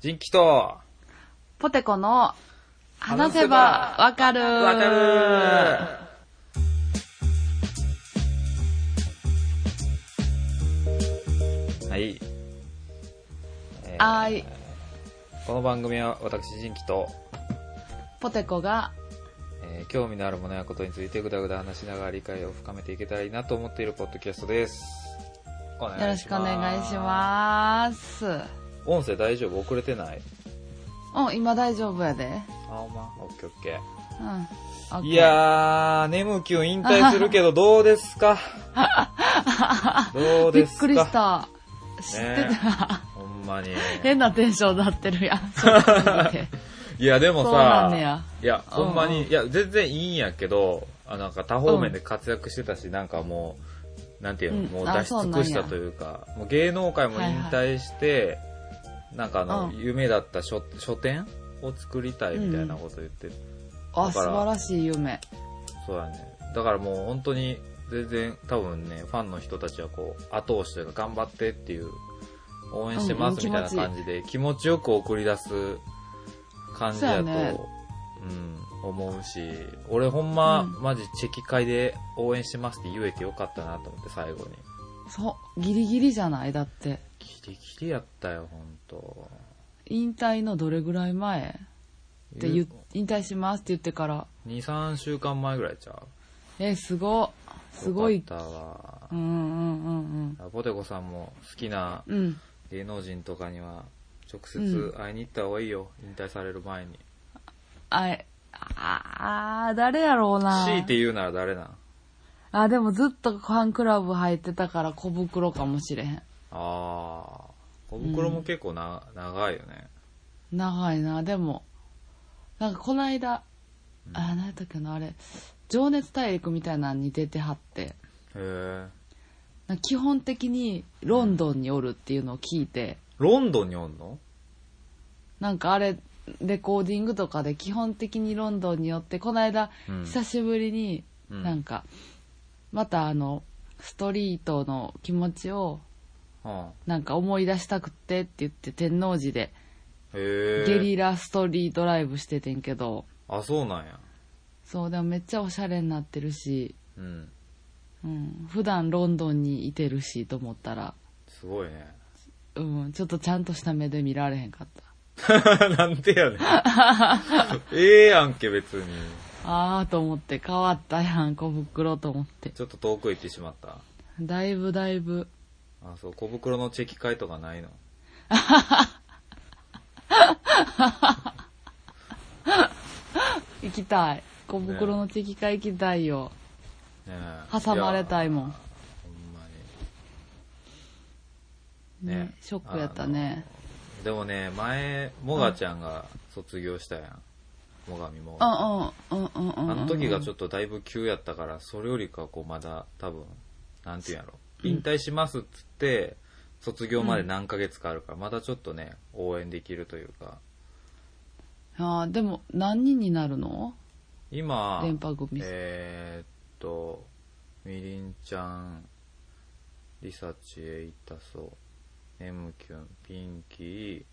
人気と、ポテコの話せばわかる。わかるはい。えーあーい、この番組は私、人気と、ポテコが、えー興味のあるものやことについてぐだぐだ話しながら理解を深めていけたらいいなと思っているポッドキャストです。よよろしくお願いします。す。音声大丈夫遅れてないうん、今大丈夫やで。あ、ほんま。オッケーオッケうん。オッー。ケーい、やー、眠気を引退する けどどうですかどうびでっすかくりした。知ってね た。ほんまに。変なテンションになって るやん。ショックすぎていや、でもそうなさん、ねやいや、ほんまうんに、いや、全然いいんやけど、あなんか多方面で活躍してたし、なんかもう、なんていうの、うんもうあ出し尽くしたというか、もう芸能界も引退して、なんかあの、うん夢だった書書店を作りたいみたいなこと言って、だあ、か素ら晴らしい夢。そうやね。だからもう本当に、全然多分ね、ファンの人たちはこう、後押しというか、頑張ってっていう、応援してまうんすみたいな感じで、気持ちよく送り出す感じだと、そうやねうん、思うし、俺ほんま、うんマジチェキ会で応援してますって言えてよかったなと思って、最後に。そう、ギリギリじゃないだって。ギリギリやったよ、ほんと。引退のどれぐらい前って言う、引退しますって言ってから、 2、3週間前ぐらいちゃうえ、すご、すごいよ。かったわう。んうんうんポテコさんも好きなうん。うん。芸能人とかには直接会いに行った方がいいよ、引退される前にあい、あー、誰やろうな。強いて言うなら誰なんあ、でもずっとファンクラブ入ってたから小袋かもしれへん。ああ小袋も結構な、長いよね長いな、でも。なんかこの間、あ、何やったっけな、あれ、情熱大陸みたいなのに出てはって、へえなんか基本的にロンドンにおるっていうのを聞いて、ロンドンにおんのなんかあれ、レコーディングとかで基本的にロンドンによって、この間、うん久しぶりに、うんなんか、またあの、ストリートの気持ちを、はなんか思い出したくってって言って天王寺であへえゲリラストリートライブしててんけど、あそうなんやそう、でもめっちゃおしゃれになってるし、うんうん、普段ロンドンにいてるしと思ったら、すごいねうん、ちょっとちゃんとした目で見られへんかった。なんで やねんええやんけ別にあーと思って変わったやん、小袋と思って。ちょっと遠く行ってしまっただいぶだいぶ。あそう小袋のチェキ会とかないの行きたい。小袋の敵会行きたいよ。ねえ挟まれたいやもん。ほんまにねねショックやったね。でもね、前、もがちゃんが卒業したやん。もがみもうが。んうんうんうんうん。あの時がょちょっとだいぶ急やったから、それよりかこうまだ多分、なんていうんやろ。引退しますっつって、卒業まで何ヶ月かあるから、まだちょっとね、応援できるというか。あーでも何人になるの今、電波組。えーっと、みりんちゃん、りさちへいたそう、ねむきゅん、ピンキー、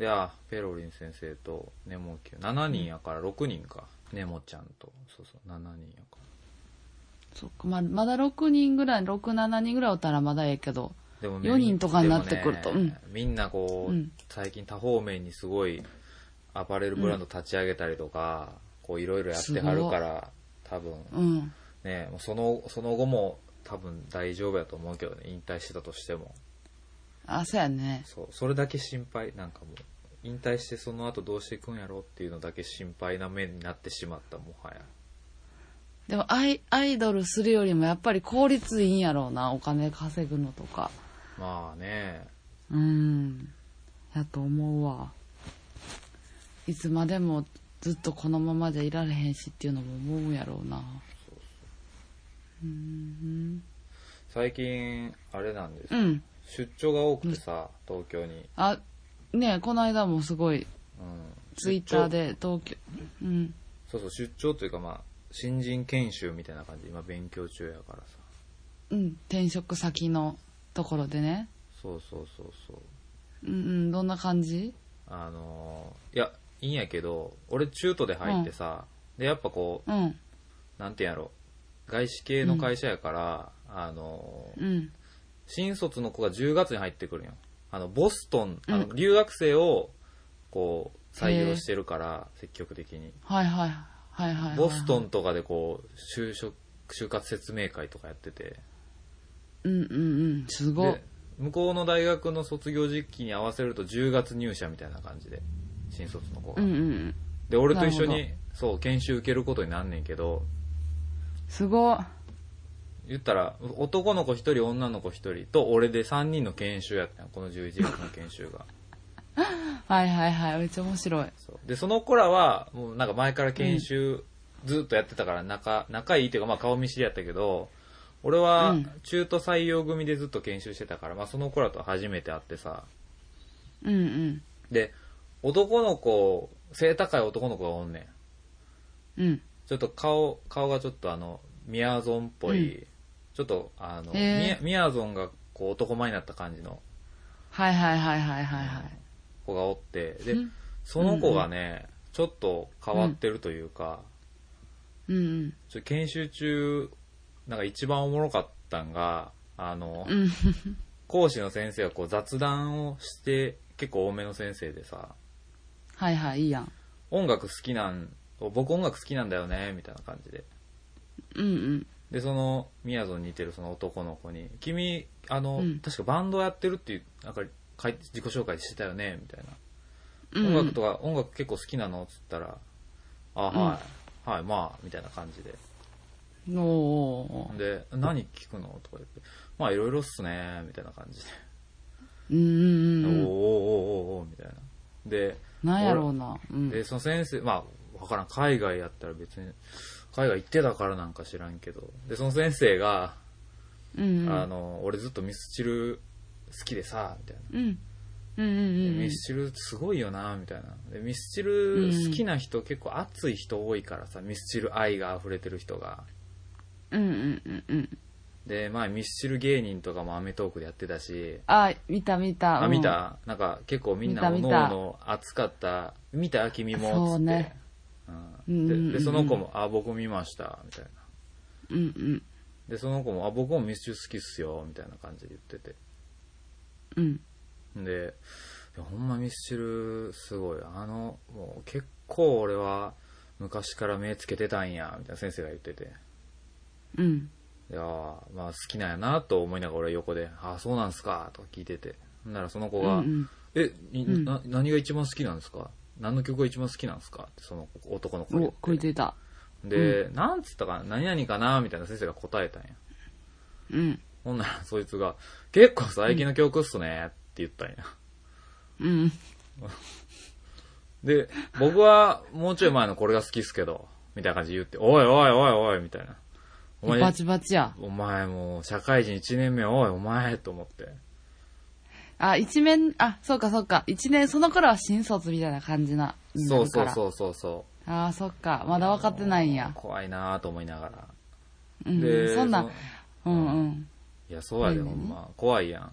で、あ、ペロリン先生と、ねもきゅん、7人やから6人か。ねもちゃんと、そうそう、7人やから。そっか、まあ、まだ6人ぐらい、6、7人ぐらいおったらまだええけど。でも四人とかになってくるとでもねみんなこう、うん最近多方面にすごいアパレルブランド立ち上げたりとか、こういろいろやってはるから、多分、うん。ね、もうそのその後も多分大丈夫やと思うけどね引退してたとしてもあ、そうやね。そうそれだけ心配なんかもう引退してその後どうしていくんやろっていうのだけ心配な目になってしまったもはやでもアイ、アイドルするよりもやっぱり効率いいんやろうな、お金稼ぐのとか。まあねうん。やと思うわ。いつまでもずっとこのままじゃいられへんしっていうのも思うやろうな。うん。最近あれなんです、うん。出張が多くてさ東京に、あ、ねえこの間もすごい、うん、ツイッ出ター張で東京、うん。そうそう出張というかまあ新人研修みたいな感じで今勉強中やからさうん。転職先のところでね。そうそうそうそううんうん、どんな感じあのーいやいいんやけど俺中途で入ってさ、でやっぱこううんなんていうんやろ外資系の会社やから、あのーうん新卒の子が10月に入ってくるんよあのボストンあうの留学生をこう採用してるから積極的にはいはいはいはいはいはいボストンとかでこう就職就活説明会とかやっててうんうんうんすごいで向こうの大学の卒業時期に合わせると10月入社みたいな感じで新卒の子うが、んうんうんで俺と一緒なるにそう研修受けることになんねんけどすごい言ったら男の子1人女の子1人と俺で3人の研修やったんこの11月の研修がはいはいはいめっちゃ面白いそうでその子らはもうなんか前から研修ずっとやってたから仲仲いいっていうかまあ顔見知りやったけど俺うはん中途採用組でずっと研修してたから、まあ、その子らと初めて会ってさうんうんで男の子背高い男の子がおんねんうんちょっと顔顔がちょっとあのミヤゾンっぽい、ちょっとあのミへーヤミヤゾンがこう男前になった感じのはいはいはいはいはいはい子がおってでうんその子がね、ちょっと変わってるというか、うんちょっと研修中なんか一番おもろかったんがあの、うんうん講師の先生がこう雑談をして結構多めの先生でさはいはいいいやん音楽好きなん僕音楽好きなんだよねみたいな感じでうんうんでそのみやぞんに似てるその男の子に「君あの、うん確かバンドやってるっていうなんかかい自己紹介してたよね」みたいな、うん音楽とか音楽結構好きなの?」っつったら「あはい、はいまあ」みたいな感じでおーで「何聞くの?」とか言って「まあいろいろっすね」みたいな感じうんうんで「おーおうーおーおーんおーみたいなでなんやろうなうんでその先生まあわからん海外やったら別に海外行ってたからなんか知らんけどでその先生がうんうんあの俺ずっとミスチル好きでさみたいな、うんうんうんでうんうんミスチルすごいよなみたいなでミスチル好きな人、結構熱い人多いからさミスチル愛が溢れてる人がうんうんうんうんで前ミスチル芸人とかも『アメトーク』でやってたしあ見た見たあうん見た、なんか結構みんなお見のた見たの熱かった見た君もそっつうって、ねう、うんうんうんうんんででその子も「あ僕見ました」みたいなうんうんでその子も「あ僕もミスチル好きっすよ」みたいな感じで言っててうんでいやほんまミスチルすごいあのもう結構俺は昔から目つけてたんやみたいな先生が言っててうんいやーまあ好きなんやなと思いながら俺横で「あそうなんすか」とか聞いててほんならその子うが「んえいうんな何が一番好きなんですか何の曲が一番好きなんですか?」ってその男の子うんにおこ言いっててたで、なんつったかな何々かなみたいな先生が答えたんやうんほんならそいつが「結構最近の曲っすね」って言ったんやうんで、僕はもうちょい前のこれが好きっすけど、みたいな感じで言って、おいおいおいおい、みたいな。お前バ、チバチやお前もう社会人1年目、おいお前、と思って。あ、一面、あ、そうかそうか。一年、その頃は新卒みたいな感じな。そうそうう。そうそうそう。あーそっか。まだ分かってないんや。怖いなぁと思いながら。うんうん。で、そんなの、うんうん。いや、そうやで、うんほんま。怖いやん。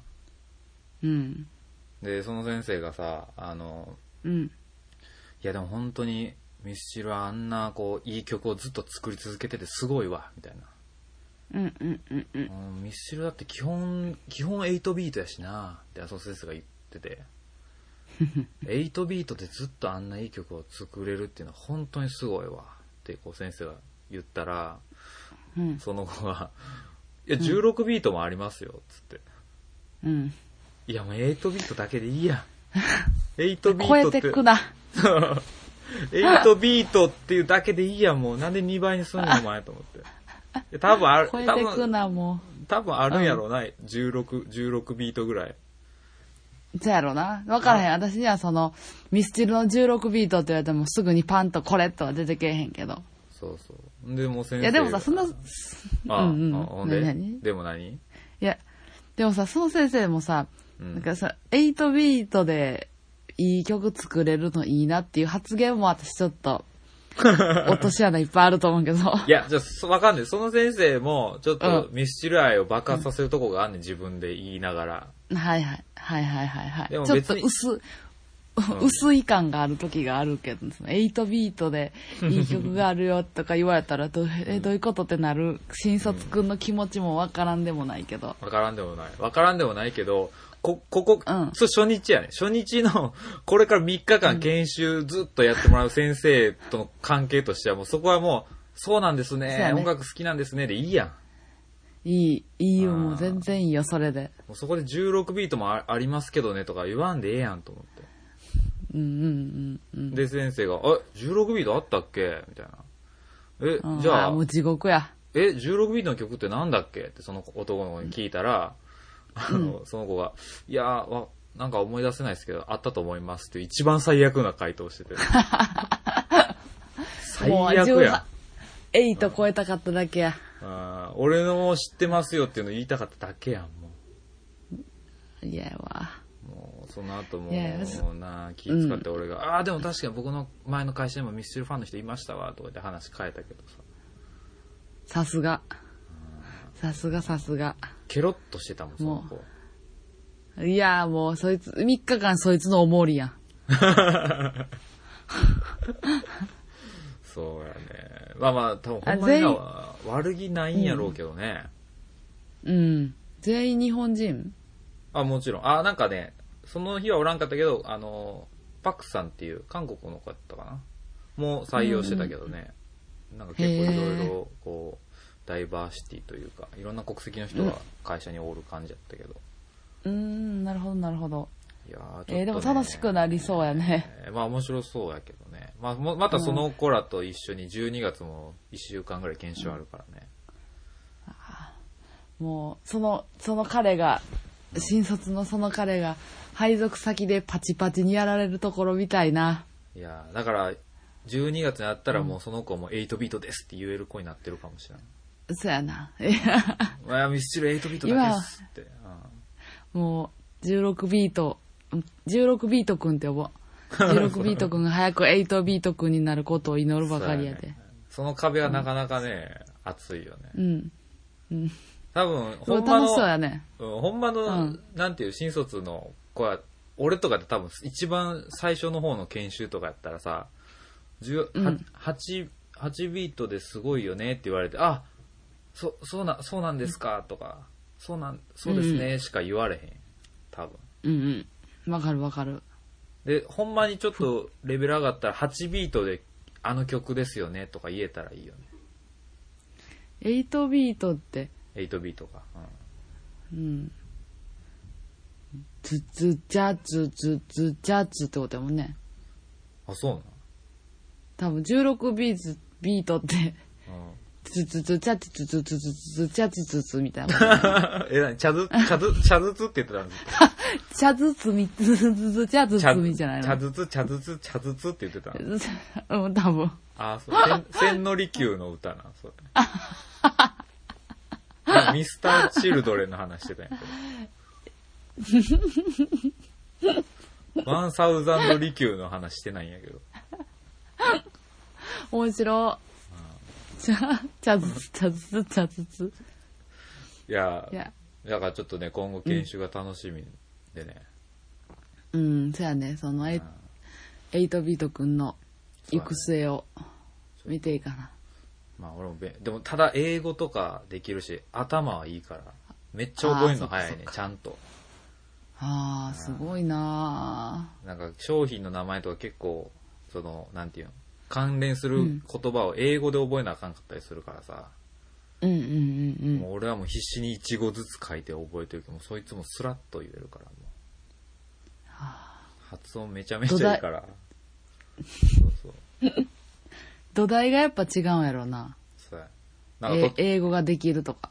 うん。で、その先生がさ、あの、うん。いやでも本当に、ミスチルはあんな、こう、いい曲をずっと作り続けててすごいわ、みたいな。うんうんうんうん。うん、ミスチルだって基本、基本8ビートやしなって麻生先生が言ってて。8ビートでずっとあんないい曲を作れるっていうのは本当にすごいわ。ってこう先生が言ったら、うんその子が、いや、16ビートもありますよ、つって。うん。いや、もう8ビートだけでいい やん。8ビ超ートえってて、くな。 8ビートっていうだけでいいやん、もう。なんで2倍にすんの、お前、と思って。いや多分ある、 超え多てく分、な、も多分あるんやろうな、16、16ビートぐらい。う。そうやろな。分からへん。私にはその、ミスチルの16ビートって言われてもすぐにパンとこれとは出てけえへんけど。そうそう。でもう先生いが。や、でもさ、そんな、いあ、うんうんあほんで、何々でも何や、でもさ、その先生もさ、うんなんかさ、8ビートでいい曲作れるのいいなっていう発言も私ちょっ と、落とし穴いっぱいあると思うけど。いや、じゃあそわかんない。その先生も、ちょっとうミスチル愛を爆発させるとこがあんねん、自分で言いながら。はいはい。はいはいはいはい。でもちょっ別とに薄、うん薄い感がある時があるけど、その8ビートでいい曲があるよとか言われたら、どえどういうことってなる、新卒くんの気持ちもわからんでもないけど。わからんでもない。わからんでもないけど、こ、ここ、うんそう初日やね。初日の、 これから3日間研修ずっとやってもらう先生との関係としては、もうそこはもう、そうなんですねそうやね音楽好きなんですね。でいいやん。いい、いいよ、あーもう全然いいよ、それで。もうそこで16ビートもあありますけどねとか言わんでええやんと思って。うんうんうんうん。で、先生が、え、16ビートあったっけみたいな。えうん、じゃーあも、う地獄や。え、16ビートの曲ってなんだっけってその男の子に聞いたら、あの、その子が、いやーわ、なんか思い出せないですけど、あったと思いますっていう一番最悪な回答して て。最悪もうや。 8超えたかっただけや。あー俺のも知ってますよっていうの言いたかっただけやん、もいやわ。う。もうその後もいやそもうな気使って俺が、ああーでも確かに僕の前の会社にもミスチルファンの人いましたわとかって話変えたけどささすが。さすがさすが。ケロッとしてたもんその子いやーもうそいつ、3日間そいつのおもりやん。そうやね。まあまあ、多分ほんまにな悪気ないんやろうけどね。うん。全員日本人あ、もちろん。あ、なんかね、その日はおらんかったけど、あの、パクさんっていう韓国の子やったかな。もう採用してたけどね。なんか結構いろいへろ、こう、ダイバーシティというか、いろんな国籍の人が会社におる感じやったけど。うーん、なるほどなるほど。いやーちょっと、ね。えーでも楽しくなりそうやね。えーまあ面白そうやけどね。まあ、もまたその子らと一緒に12月も1週間ぐらい研修あるからね。もう、その、その彼が、新卒のその彼が、配属先でパチパチにやられるところみたいな。いやーだから、12月になったらもうその子も8ビートですって言える子になってるかもしれない。そやな。 いや、いや、ミスチル8ビートだけですって。うんもう、16ビート、うん16ビートくんって呼ぼう。16ビートくんが早く8ビートくんになることを祈るばかりやそうでね。その壁はなかなかね、熱いよね。うん。多分、すごほいんま楽しそうの、やね。うんほんまうのん、なんていう、新卒の子は、俺とかで多分一番最初の方の研修とかやったらさ、10うんは8、8ビートですごいよねって言われて、あ、そ、そうな、そうなんですかとか、そうなん、そうですねしか言われへん。多分。うんうん。わかるわかる。で、ほんまにちょっとレベル上がったら8ビートであの曲ですよねとか言えたらいいよね。 8ビートって、 8ビートか。うん。ズズジャズズズジャズってことやもんね。うん。あ、そうな多分16ビート、ビートって、のズズズジャズズズズズズジャズズズみたいな。うん。 え、なに、チャズ、チャズ、チャズツって言ってたんですかチャズツミ、ズズズズジャズチツャミズ、じチゃないャの。ズツ、チャズツ、チャズツって言ってたの。うん、多分。あ、そう。千 千利休の歌な、それ。なんかミスター・チルドレンの話してたんやけど。ワンサウザンド利休の話してないんやけど。面白い。チャ、チャズツ、チャズツ、チャズツ。いやい、や、だからちょっとね、今後研修が楽しみでね。うん、そやね、その、エイ8ビートくんの行く末を見ていかな。まあ俺もべ、でもただ英語とかできるし、頭はいいから、めっちゃ覚えるの早いね、ちゃんと。ああ、すごいななんか商品の名前とか結構、その、なんていうの、関連する言葉を英語で覚えなあかんかったりするからさ、ーうんうんうんうん。もう俺はもう必死に一語ずつ書いて覚えてるけど、もうそいつもスラッと言えるから、もう。発音めちゃめちゃいい から。そうそう。土台がやっぱ違うんやろな。そうやなんかとえ英語ができるとか。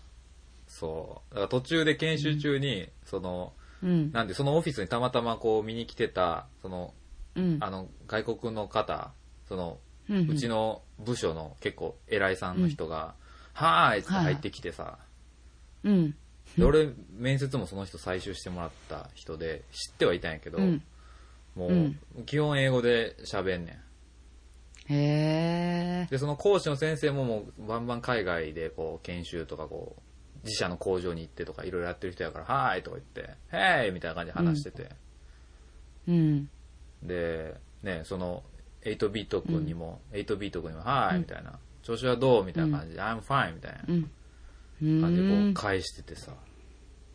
そう。だから途中で研修中に、その、うん。なんで、そのオフィスにたまたまこう見に来てた、その、うん。あの、外国の方、その、うんうんうちの部署の結構偉いさんの人が、はーいって入ってきてさ、うん。で、俺、面接もその人採集してもらった人で、知ってはいたんやけどう、ん。もうんう、基本英語で喋んねへん。で、その講師の先生ももう、バンバン海外でこう、研修とかこう、自社の工場に行ってとか、いろいろやってる人やから、はーいとか言って、へーいみたいな感じで話してて、え。うん。で、ね、その、8ビート君にも、8ビート君にも、はい、みたいな、調子はどうみたいな感じで、I'm fine みたいなうん。う感じでこー。うん返しててさ、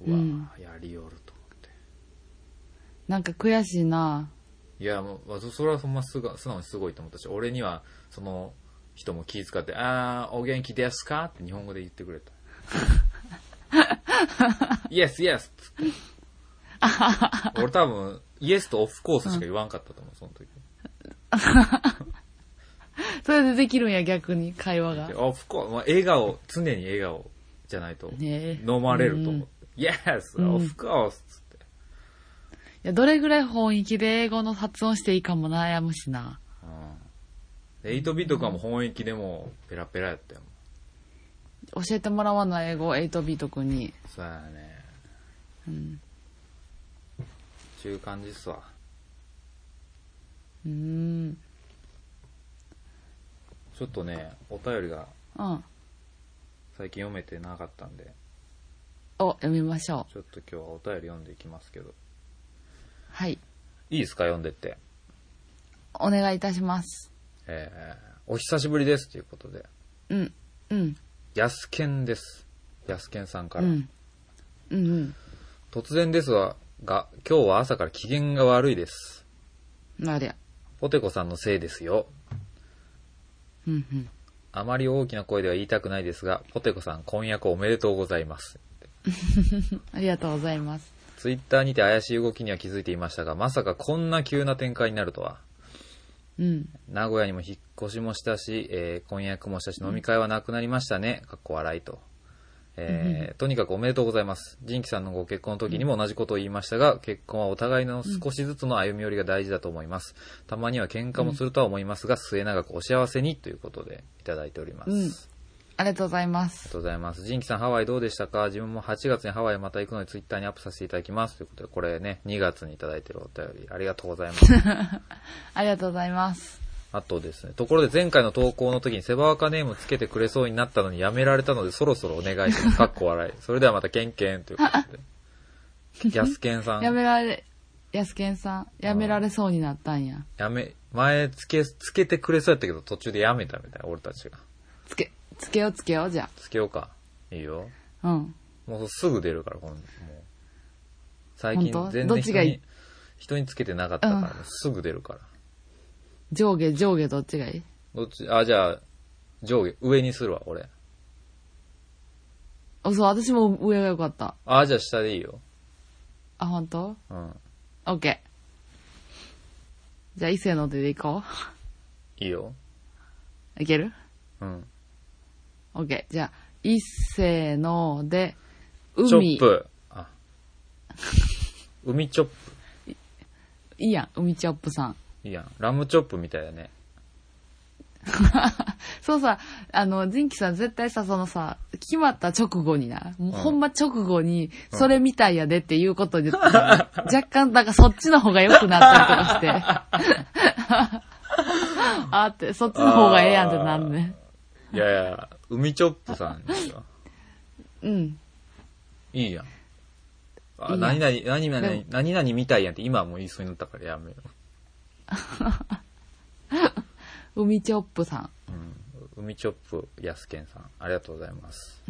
ううんわ、やりよると思って。なんか悔しいないや、もう、わそそれはほんま素が素直にすごいと思ったし、俺には、その人も気遣って、あー、お元気ですかって日本語で言ってくれ た。イエス、イエ スつって。俺多分、イエスとオフコースしか言わんかったと思う、その時。それでできるんや、逆に、会話がで。オフコース、まあ笑顔、常に笑顔じゃないと、ねえ飲まれると思って。イエス、んオフコースつって。いや、どれぐらい本域で英語の発音していいかも悩むしな。うん。8ビートかもう本域でもうペラペラやったよ。教えてもらわない英語、8ビート君に。そうやね。うん。ちゅう感じっすわ。うーん。ちょっとね、お便りがうん。最近読めてなかったんで、を読みましょう。ちょっと今日はお便り読んでいきますけど。はい。いいですか読んでって。お願いいたします。えー、お久しぶりですということで。うん。うん。やすけんです。やすけんさんかうら。ん。うんうん。突然ですが、が今日は朝から機嫌が悪いです。なりゃ。ポテコさんのせいですよ。うんうん。あまり大きな声では言いたくないですが、ポテコさん婚約おめでとうございます。ありがとうございます。ツイッターにて怪しい動きには気づいていましたが、まさかこんな急な展開になるとは。うん。名古屋にも引っ越しもしたし、えー婚約もしたし、飲み会はなくなりましたね。かっこ笑いと。えーとにかくおめでとうございます。仁キさんのご結婚の時にも同じことを言いましたが、結婚はお互いの少しずつの歩み寄りが大事だと思います。たまには喧嘩もするとは思いますが、末永くお幸せにということでいただいております。うんありがありがとうございます。とうございます。仁キさん、ハワイどうでしたか自分も8月にハワイまた行くのでツイッターにアップさせていただきます。ということで、これね、2月にいただいてるお便り、ありがとうございます。 ありがとうございます。あとですね、ところで前回の投稿の時にセバーカネームつけてくれそうになったのにやめられたのでそろそろお願いします。かっこ笑い。それではまたケンケンということで。ヤスケンさん。 やめられ、やすけんさん、やめられそうになったんや。やめ前つけ、つけてくれそうやったけど途中でやめたみたいな、俺たちが。つけ、つけようつけよう、じゃつけようか。いいよ。あ。うん。もうすぐ出るから、ほんもう。最近本当全ど然っ人ちがいいに、人につけてなかったから、もうすぐ出るから。上下、上下どっちがいいどっち、あ、じゃあ、上下、上にするわ、俺。あ、そう、私も上が良かった。あ、じゃあ下でいいよ。あ、本当うん。オッケー。じゃあ、伊勢の手で行こいいよ。う。いけるうん。オッケー。じゃあ、伊勢ので、チョッ海。プ。あ。海チョップ。いいやん、海チョップさん。いいやん。ラムチョップみたいだね。そうさ、あの、ジンキさん絶対さ、そのさ、決まった直後にな、もううんほんま直後に、それみたいやでっていうことで、 若干、なんかそっちの方が良くなったりとかして。あって、そっちの方がええやんってなんね。いやいや、海チョップさんですよ。うん。いいやん。あ、いいや何ん々、何々でも、何々みたいやんって今はもう言いそうになったからやめよ海チョップさん。う。うん。海チョップ、やすけんさん。ありがとうございます。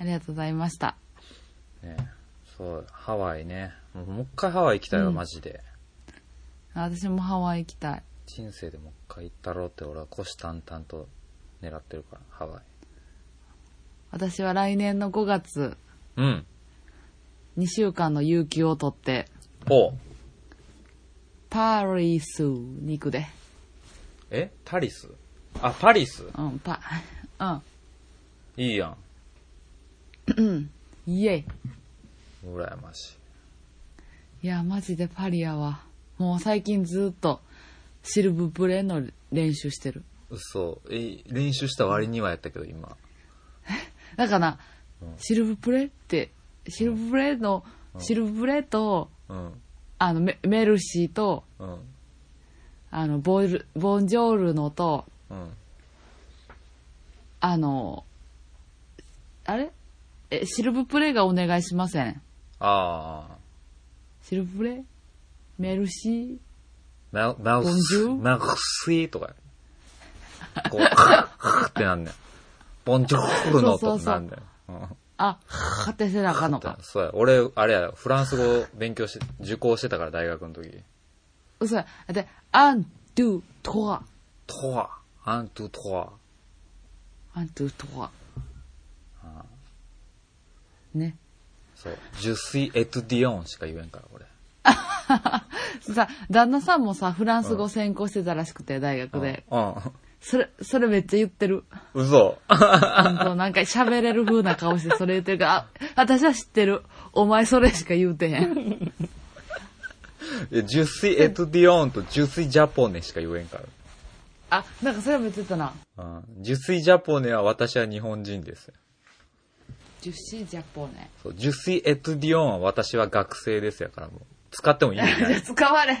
ありがとうございました。ねそう、ハワイね。もうもう一回ハワイ行きたいわ、うんマジで。私もハワイ行きたい。人生でもう一回行ったろうって俺は虎視眈々と狙ってるから、ハワイ。私は来年の5月、うん。 2週間の有給を取って、おうパーリスに行くで。えタリスあ、パリスうん、パ、うん。いいやん。イエイ。羨ましい。いや、マジでパリやわ。もう最近ずっとシルブプレの練習してる。嘘。え、練習した割にはやったけど、今。だから、うんシルブプレって、シルブプレの、シルブプレと、うん。あのメ、メルシーと、うん。あの、ボイル、ボンジョールのと、うん。あの、あれえ、シルブプレがお願いしません。ああ。シルブプレメルシーナウ、ナウボンジス、ューナウスイとか。こう、 カってなんねん。ボンジョールのそうそとうそうなんねん。うん あ、はてせなあかんのか。そうや。俺、あれや、フランス語勉強し、受講してたから、大学の時。嘘や。で、アン、ドゥ、トワ。トワ、アントゥトワ。アン、ドゥ、トワ。ね。そう。ジュスイエトゥディオンしか言えんから、俺。さ、旦那さんもさ、フランス語専攻してたらしくて、大学で。うそれ、それめっちゃ言ってる。ん。嘘。本当なんか喋れる風な顔してそれ言ってるから、あ、私は知ってる。お前それしか言うてへん。いやジュスイエトゥディオンとジュスイジャポネしか言えんから。あ、なんかそれも言ってたな。うん。ジュスイジャポネは私は日本人です。ジュシージャポネ。そう。ジュスイエトゥディオンは私は学生ですやから、もう。使ってもいいんじゃない 使われ。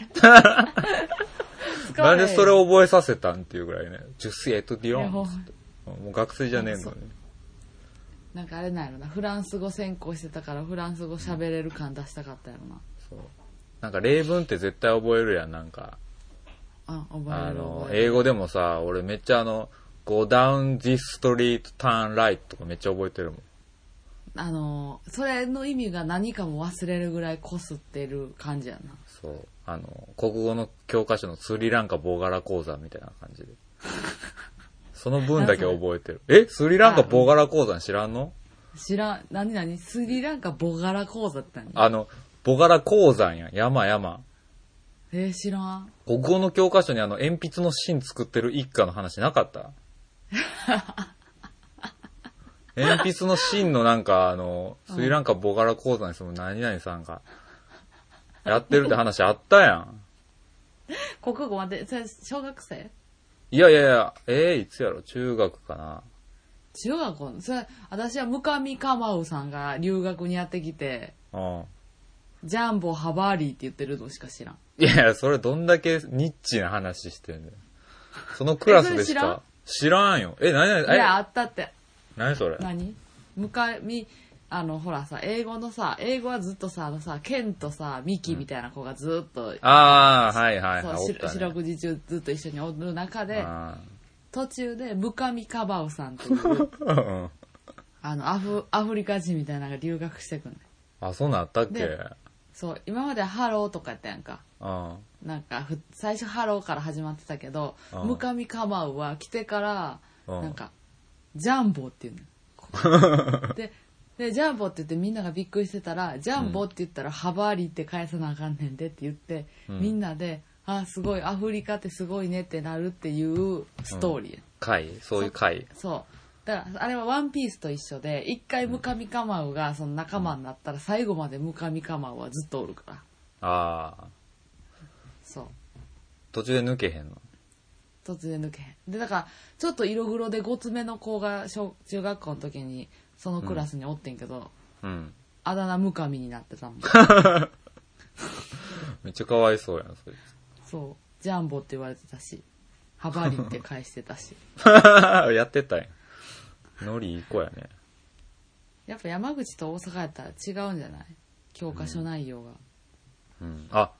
使 なわんれ。でそれ覚えさせたんっていうぐらいね。ジュスイエトゥディオいやほンんっつって。うんもう学生じゃねえのに。なんかあれなんやろな。フランス語専攻してたから、フランス語喋れる感出したかったやろな。そう。なんか例文って絶対覚えるやん、なんか。あ、覚えあるの、覚える。英語でもさ、俺めっちゃあの、go down this street, turn right とかめっちゃ覚えてるもん。あの、それの意味が何かも忘れるぐらいこすってる感じやな。そう。あの、国語の教科書のスリランカボーガラ講座みたいな感じで。その分だけ覚えてる。えスリランカボーガラ講座知らんの知らん、何何スリランカボガラ講座って何あの、ボガラ鉱山やん。山山。えー、知らん。国語の教科書にあの、鉛筆の芯作ってる一家の話なかった 鉛筆の芯のなんか、あの、スリランカボガラ鉱山に住む何々さんが、やってるって話あったやん。国語まで、それ小学生いやいやいや、えー、いつやろ中学かな。中学校のそれ、私は向上かまうさんが留学にやってきて、うん。ジャンボハバーリーって言ってるのしか知らん。いやいや、それどんだけニッチな話してんだよ。そのクラスでしか。知らんよ。え、何々、いや、あえ、ったって。何それ何向上、あの、ほらさ、英語のさ、英語はずっとさ、あのさ、ケンとさ、ミキみたいな子がずっと、あー、はいはいそはうい。おしったね四六時中ずっと一緒におる中で、あ途中で、向上かばうさんっていう、 ーうんあの、アフ、アフリカ人みたいなのが留学してくんねん。あ、そんなんあったっけでそう、今までハローとかやったやんか。うん。なんかふ、最初ハローから始まってたけど、うん向上かまうは来てから、うんなんか、ジャンボっていうの。こ で、で、ジャンボって言ってみんながびっくりしてたら、ジャンボって言ったら、ハバーリーって返さなあかんねんでって言って、みんなで、あ、すごい、アフリカってすごいねってなるっていうストーリーや。回そういう回そう。だから、あれはワンピースと一緒で、一回ムカミカマウがその仲間になったら、最後までムカミカマウはずっとおるから。ああ。そう。途中で抜けへんの。突然抜けへん。で、だから、ちょっと色黒でごつめの子が小、中学校の時に、そのクラスにおってんけど、うん。あだ名ムカミになって たもん。めっちゃかわいそうやん、それ。そう。ジャンボって言われてたし、ハバリって返してたし。 やってたやん。ノリいい子やね。やっぱ山口と大阪やったら違うんじゃない教科書内容が。うん。あ、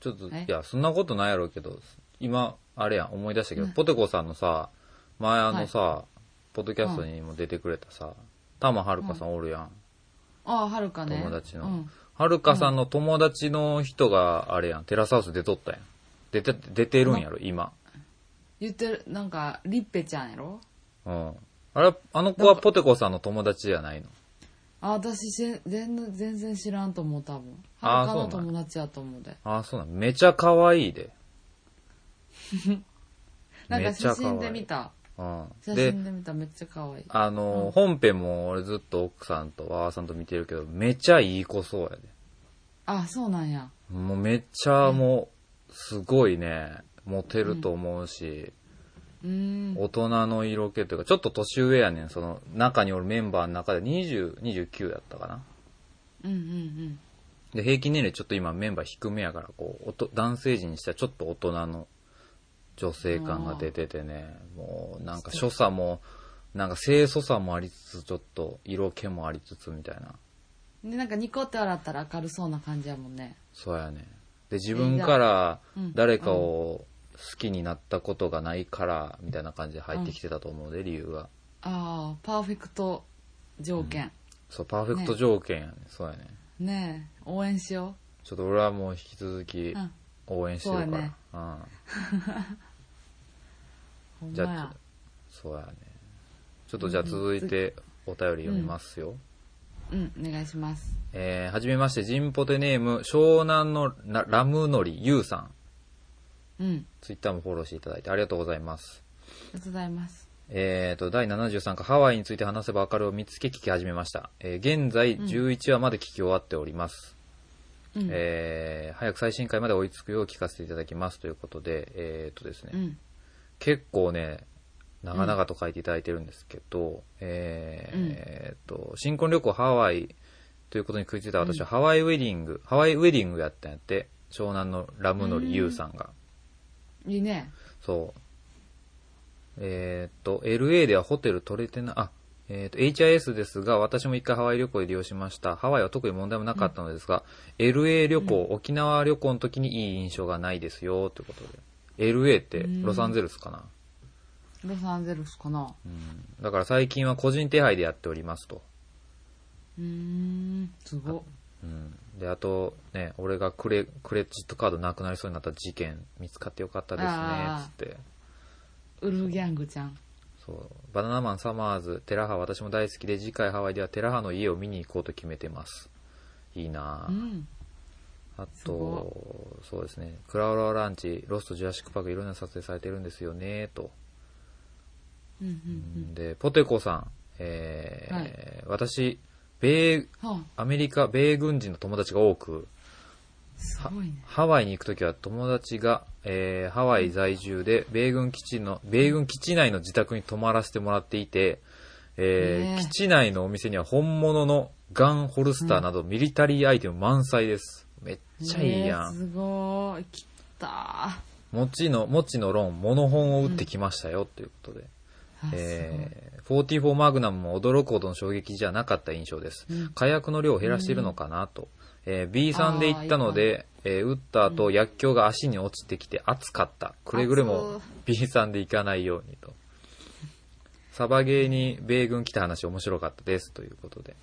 ちょっと、いえや、そんなことないやろうけど、今、あれやん、思い出したけど、ポテコさんのさ、前あのさ、ポッドキャストにも出てくれたさ、タマはるかさんおるやん。ああ、はるかね。友達の、うん。はるかさんの友達の人が、あれやん、テラスハウス出とったやん。出て、出てるんやろ、今。言ってる、なんか、リッペちゃんやろうん。あれ、あの子はポテコさんの友達じゃないのあ、私し全然、全然知らんと思う、多分。あーはるかのそうなん友達やと思うで。ああ、そうなの。めちゃ可愛いで。 なんかめちゃ写可愛い真で見た。う写ん。で真、で見た、めっちゃ可愛い。あのー、本編も俺ずっと奥さんとわーさんと見てるけど、めちゃいい子そうやで。あ、そうなんや。もうめっちゃもう、すごいね、モテると思うし、うーん。大人の色気というか、ちょっと年上やねん。その中におるメンバーの中で20、29やったかな。うんうんうん。で、平均年齢ちょっと今メンバー低めやから、こう、おと男性陣にしたらちょっと大人の女性感が出ててね、もうなんか所作も、なんか清楚さもありつつ、ちょっと色気もありつつみたいな。で、なんかニコって笑ったら明るそうな感じやもんね。そうやね。で、自分からうん誰かを好きになったことがないから、みたいな感じで入ってきてたと思うで、理由が。ああパーフェクト条件、そう、パーフェクト条件やね。そうやね。ねえ応援しよちょっと俺はもう引き続きううん応援してるから。そうやねほうんん。まじゃあや、そうやね。ちょっとじゃあ続いてお便り読みますよ。うんお願いしますえー、はじめまして、ジンポテネーム、湘南のララムノリユウさん。うんツイッターもフォローしていただいてありがとうございます。ありがとうございますえー、と、第73回ハワイについて話せばわかるを見つけ聞き始めました。えー現在11話まで聞き終わっております。うん、えー、早く最新回まで追いつくよう聞かせていただきますということで、えー、とですね、うん結構ね、長々と書いていただいてるんですけど、えーうんえーと、新婚旅行ハワイということに食いついた私はハワイウェディング、ハワイウェディングやったんやって、湘南のラムノリユウさんが。いいねそう。えーっと、LA ではホテル取れてな、あ、えーっと、HIS ですが、私も一回ハワイ旅行で利用しました。ハワイは特に問題もなかったのですが、LA 旅行、沖縄旅行の時にいい印象がないですよ、ということで。LA ってうんロサンゼルスかな、ロサンゼルスかなうん、だから最近は個人手配でやっておりますと。うーんすごっうん。で、あとね、俺がクレクレジットカードなくなりそうになった事件、見つかってよかったですねあ、つって。ウルフギャングちゃんそう。バナナマン、サマーズ、テラハ、私も大好きで、次回ハワイではテラハの家を見に行こうと決めてます。いいなうぁんあすと、そうですね。クラウラランチ、ロスト、ジュラシックパーク、いろんな撮影されてるんですよね、と。うんうんで、ポテコさん、えーは私、米、うんはあアメリカ、米軍人の友達が多く、すごいねハワイに行くときは友達が、えーハワイ在住で、米軍基地の、米軍基地内の自宅に泊まらせてもらっていて、えーねえ基地内のお店には本物のガンホルスターなどミリタリーアイテム満載です。めっちゃいいやえーん。すごい切ったあもちの、もちのロン、モノ本を打ってきましたよ、ということで。すごいえー、44マグナムも驚くほどの衝撃じゃなかった印象です。うん火薬の量を減らしているのかなと。えー B さんで行ったので、えー打った後、薬莢が足に落ちてきて熱かった。くれぐれも B さんで行かないようにと。サバゲーに米軍来た話面白かったですということ で。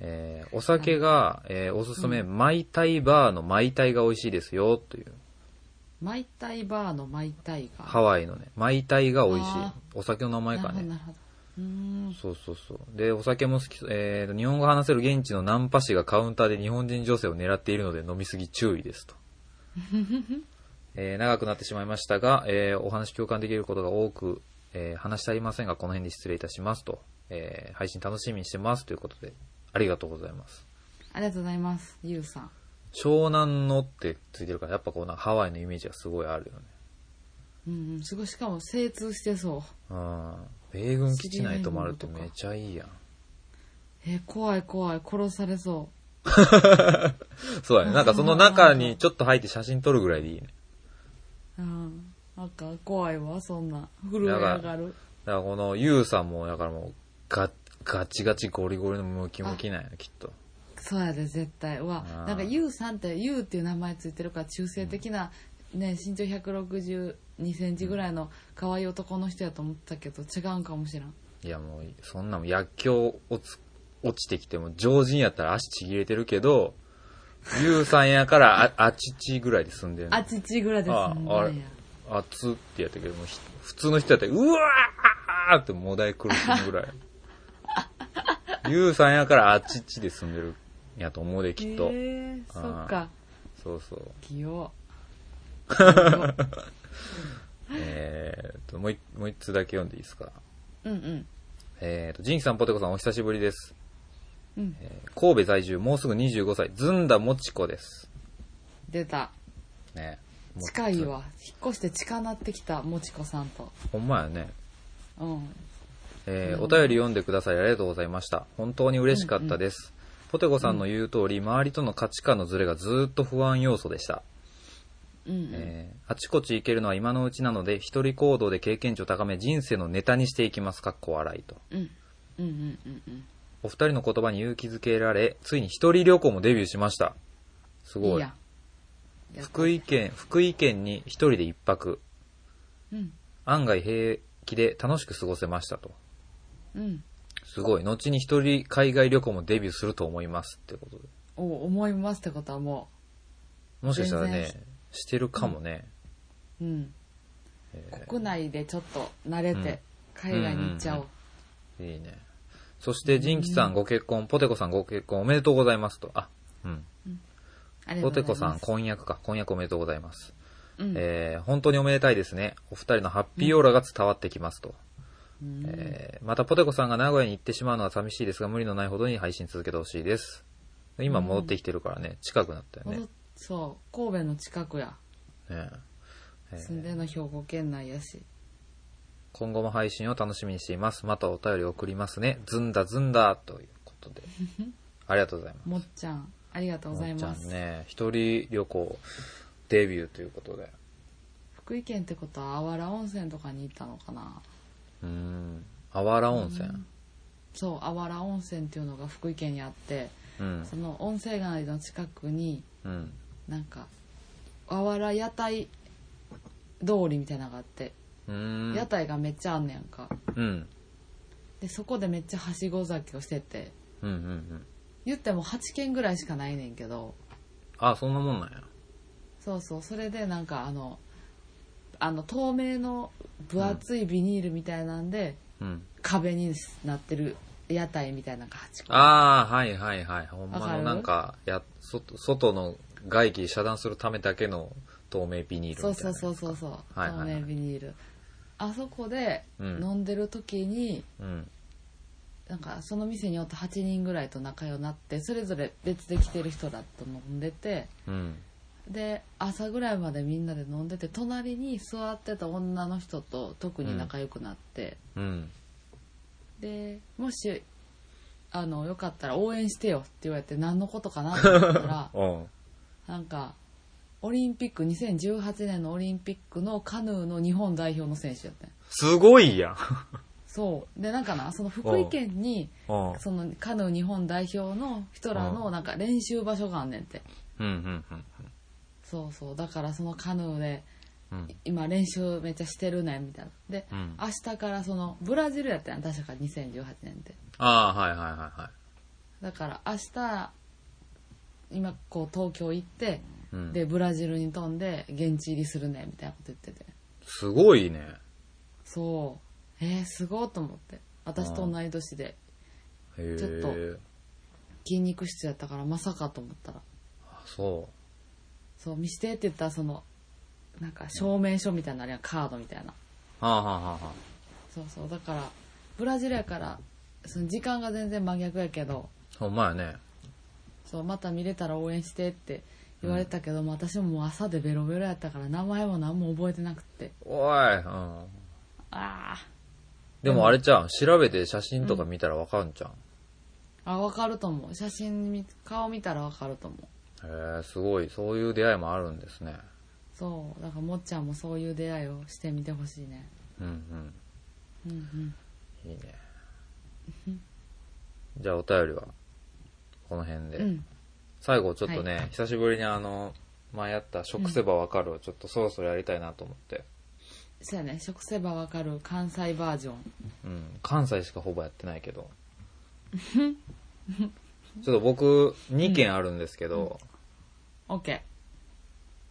えーお酒が、えーおすすめ、マイタイバーのマイタイが美味しいですよという。マイタイバーのマイタイがハワイのね、マイタイが美味しいあ。お酒の名前かね。なるほどなるほどうーんそうそうそう。で、お酒も好きそう、えーと、日本語話せる現地のナンパ師がカウンターで日本人女性を狙っているので飲みすぎ注意ですと。えー長くなってしまいましたが、えーお話共感できることが多く、えー話してありませんが、この辺で失礼いたしますと。えー配信楽しみにしてますということで、ありがとうございます。ありがとうございますゆうさん湘南のってついてるから、やっぱこうなんかハワイのイメージがすごいあるよね。うんうんすごいしかも精通してそううん。米軍基地内泊まるってめちゃいいやん。えー怖い怖い殺されそそうだね。なんかその中にちょっと入って写真撮るぐらいでいいね。ううんなんか怖いわそんな震え上がるだからこのユウさんも、だからもう、ガガチガチゴリゴリのムキムキなんや、きっと。そうやで絶対うわあーなんかユウさんってユウっていう名前ついてるから中性的な、ね身長162センチぐらいの可愛い男の人やと思ってたけど違うんかもしらんいやもう、そんなもん薬莢落ち落ちてきても、常人やったら足ちぎれてるけど、ユウさんやから、あ、あちちぐらいで済んでるあちちぐらいですあんあれねやあつってやったけど、もうひ普通の人やったら、うわーってもだえ苦しむぐ らい。ユウさんやから、あちちで済んでるんやと思うで、きっと。えー、そっかそうそう。器用えーっと、もう一もう一つだけ読んでいいですか。うんうんえーと、ジンキさん、ポテコさん、お久しぶりです。うんえー神戸在住、もうすぐ25歳、ずんだもちこです。出たね。もう近い。わ引っ越して近なってきたもちこさんとほんまやね。うんえーお便り読んでください。ありがとうございました。本当に嬉しかったです。ポテコさんの言う通り、周りとの価値観のズレがずーっと不安要素でした。うんうん、えーあちこち行けるのは今のうちなので、一人行動で経験値を高め、人生のネタにしていきます。かっこ笑いと。うんうんうんうんうんお二人の言葉に勇気づけられ、ついに一人旅行もデビューしました。すごい。いいやんやっ福井県、福井県に一人で一泊。うん案外平気で楽しく過ごせましたと。うんすごい。後に一人海外旅行もデビューすると思いますってことで。お思いますってことはももしかしたら全ね然、してるかもね。う、うんえー国内でちょっと慣れて海外に行っちゃおう,、いいね。そして、ジンキさんご結婚、ポテコさんご結婚おめでとうございますと。あ、うん。ありポがとテうごコざさいまんす婚約か。婚約おめでとうございます。うんえー本当におめでたいですね。お二人のハッピーオーラが伝わってきますと。うんえーまたポテコさんが名古屋に行ってしまうのは寂しいですが、無理のないほどに配信続けてほしいです。今戻ってきてるからね、近くなったよね戻。っそう神戸の近くやねえー住んでるの兵庫県内やし今後も配信を楽しみにしています。またお便り送りますね。ずんだずんだということ で。ありがとうございます。もっちゃんありがとうございもまっちゃす、んね、一人旅行デビューということで。福井県ってことはあわら温泉とかに行ったのかなうーん。あわら温泉。そうあわら温泉っていうのが福井県にあってうん。その温泉街の近くにうん。なんかあわら屋台通りみたいなのがあって、うーん。屋台がめっちゃあんねやんかうん。でそこでめっちゃはしご酒をしててうんうんうん。言っても8軒ぐらいしかないねんけどあ、そんなもんなんや。そうそうそれでなんかあのあの透明の分厚いビニールみたいなんで、うん。壁になってる屋台みたいなのが8個ああ、はいはいはい。ほんまわかのるなんか、や、外、外の外気遮断するためだけの透明ビニールみたいな。そうそうそうそうそう、はいはいはい透明ビニールあそこでうん飲んでる時に、うん。なんかその店におった8人ぐらいと仲良くなってそれぞれ別で来てる人だと飲んでてうん。で朝ぐらいまでみんなで飲んでて隣に座ってた女の人と特に仲良くなって、うん。でもしあのよかったら応援してよって言われて何のことかなと思った らうん。なんかオリンピック2018年のオリンピックのカヌーの日本代表の選手やったんやすごいやん。そうでなんかなその福井県にうん。そのカヌー日本代表の人らうのなんか練習場所があんねんってうんうんうんそうそうだからそのカヌーでうん。今練習めっちゃしてるねんみたいなで、うん明日からそのブラジルやったやん確か2018年ってああ、はいはいはいはい。だから明日今こう東京行って、うんでブラジルに飛んで現地入りするねみたいなこと言っててすごいね。そうえー、すごいと思って私と同い年でへちょっえと。筋肉質やったからまさかと思ったらあそそう見してって言ったらそのなんか証明書みたいなあれやんカードみたいなう。はあはあはあはあ。そうそうだからブラジルやからその時間が全然真逆やけどほんまやね。そうまた見れたら応援してって言われたけど、もう私ももう朝でベロベロやったから名前も何も覚えてなくっておい。うん。あーでもあれちゃん、調べて写真とか見たらわかんじゃん。あ分かると思う写真見顔見たら分かると思うへえ、すごい。そういう出会いもあるんですね。そうだからもっちゃんもそういう出会いをしてみてほしいねうんうん。うんうんいいね。じゃあお便りは、この辺で。うん最後ちょっとね、久しぶりにあの、前やった食せばわかるをちょっとそろそろやりたいなと思って。そうやね食せば分かる関西バージョンうん。関西しかほぼやってない けど。ちょっと僕、2件あるんですけど、 OK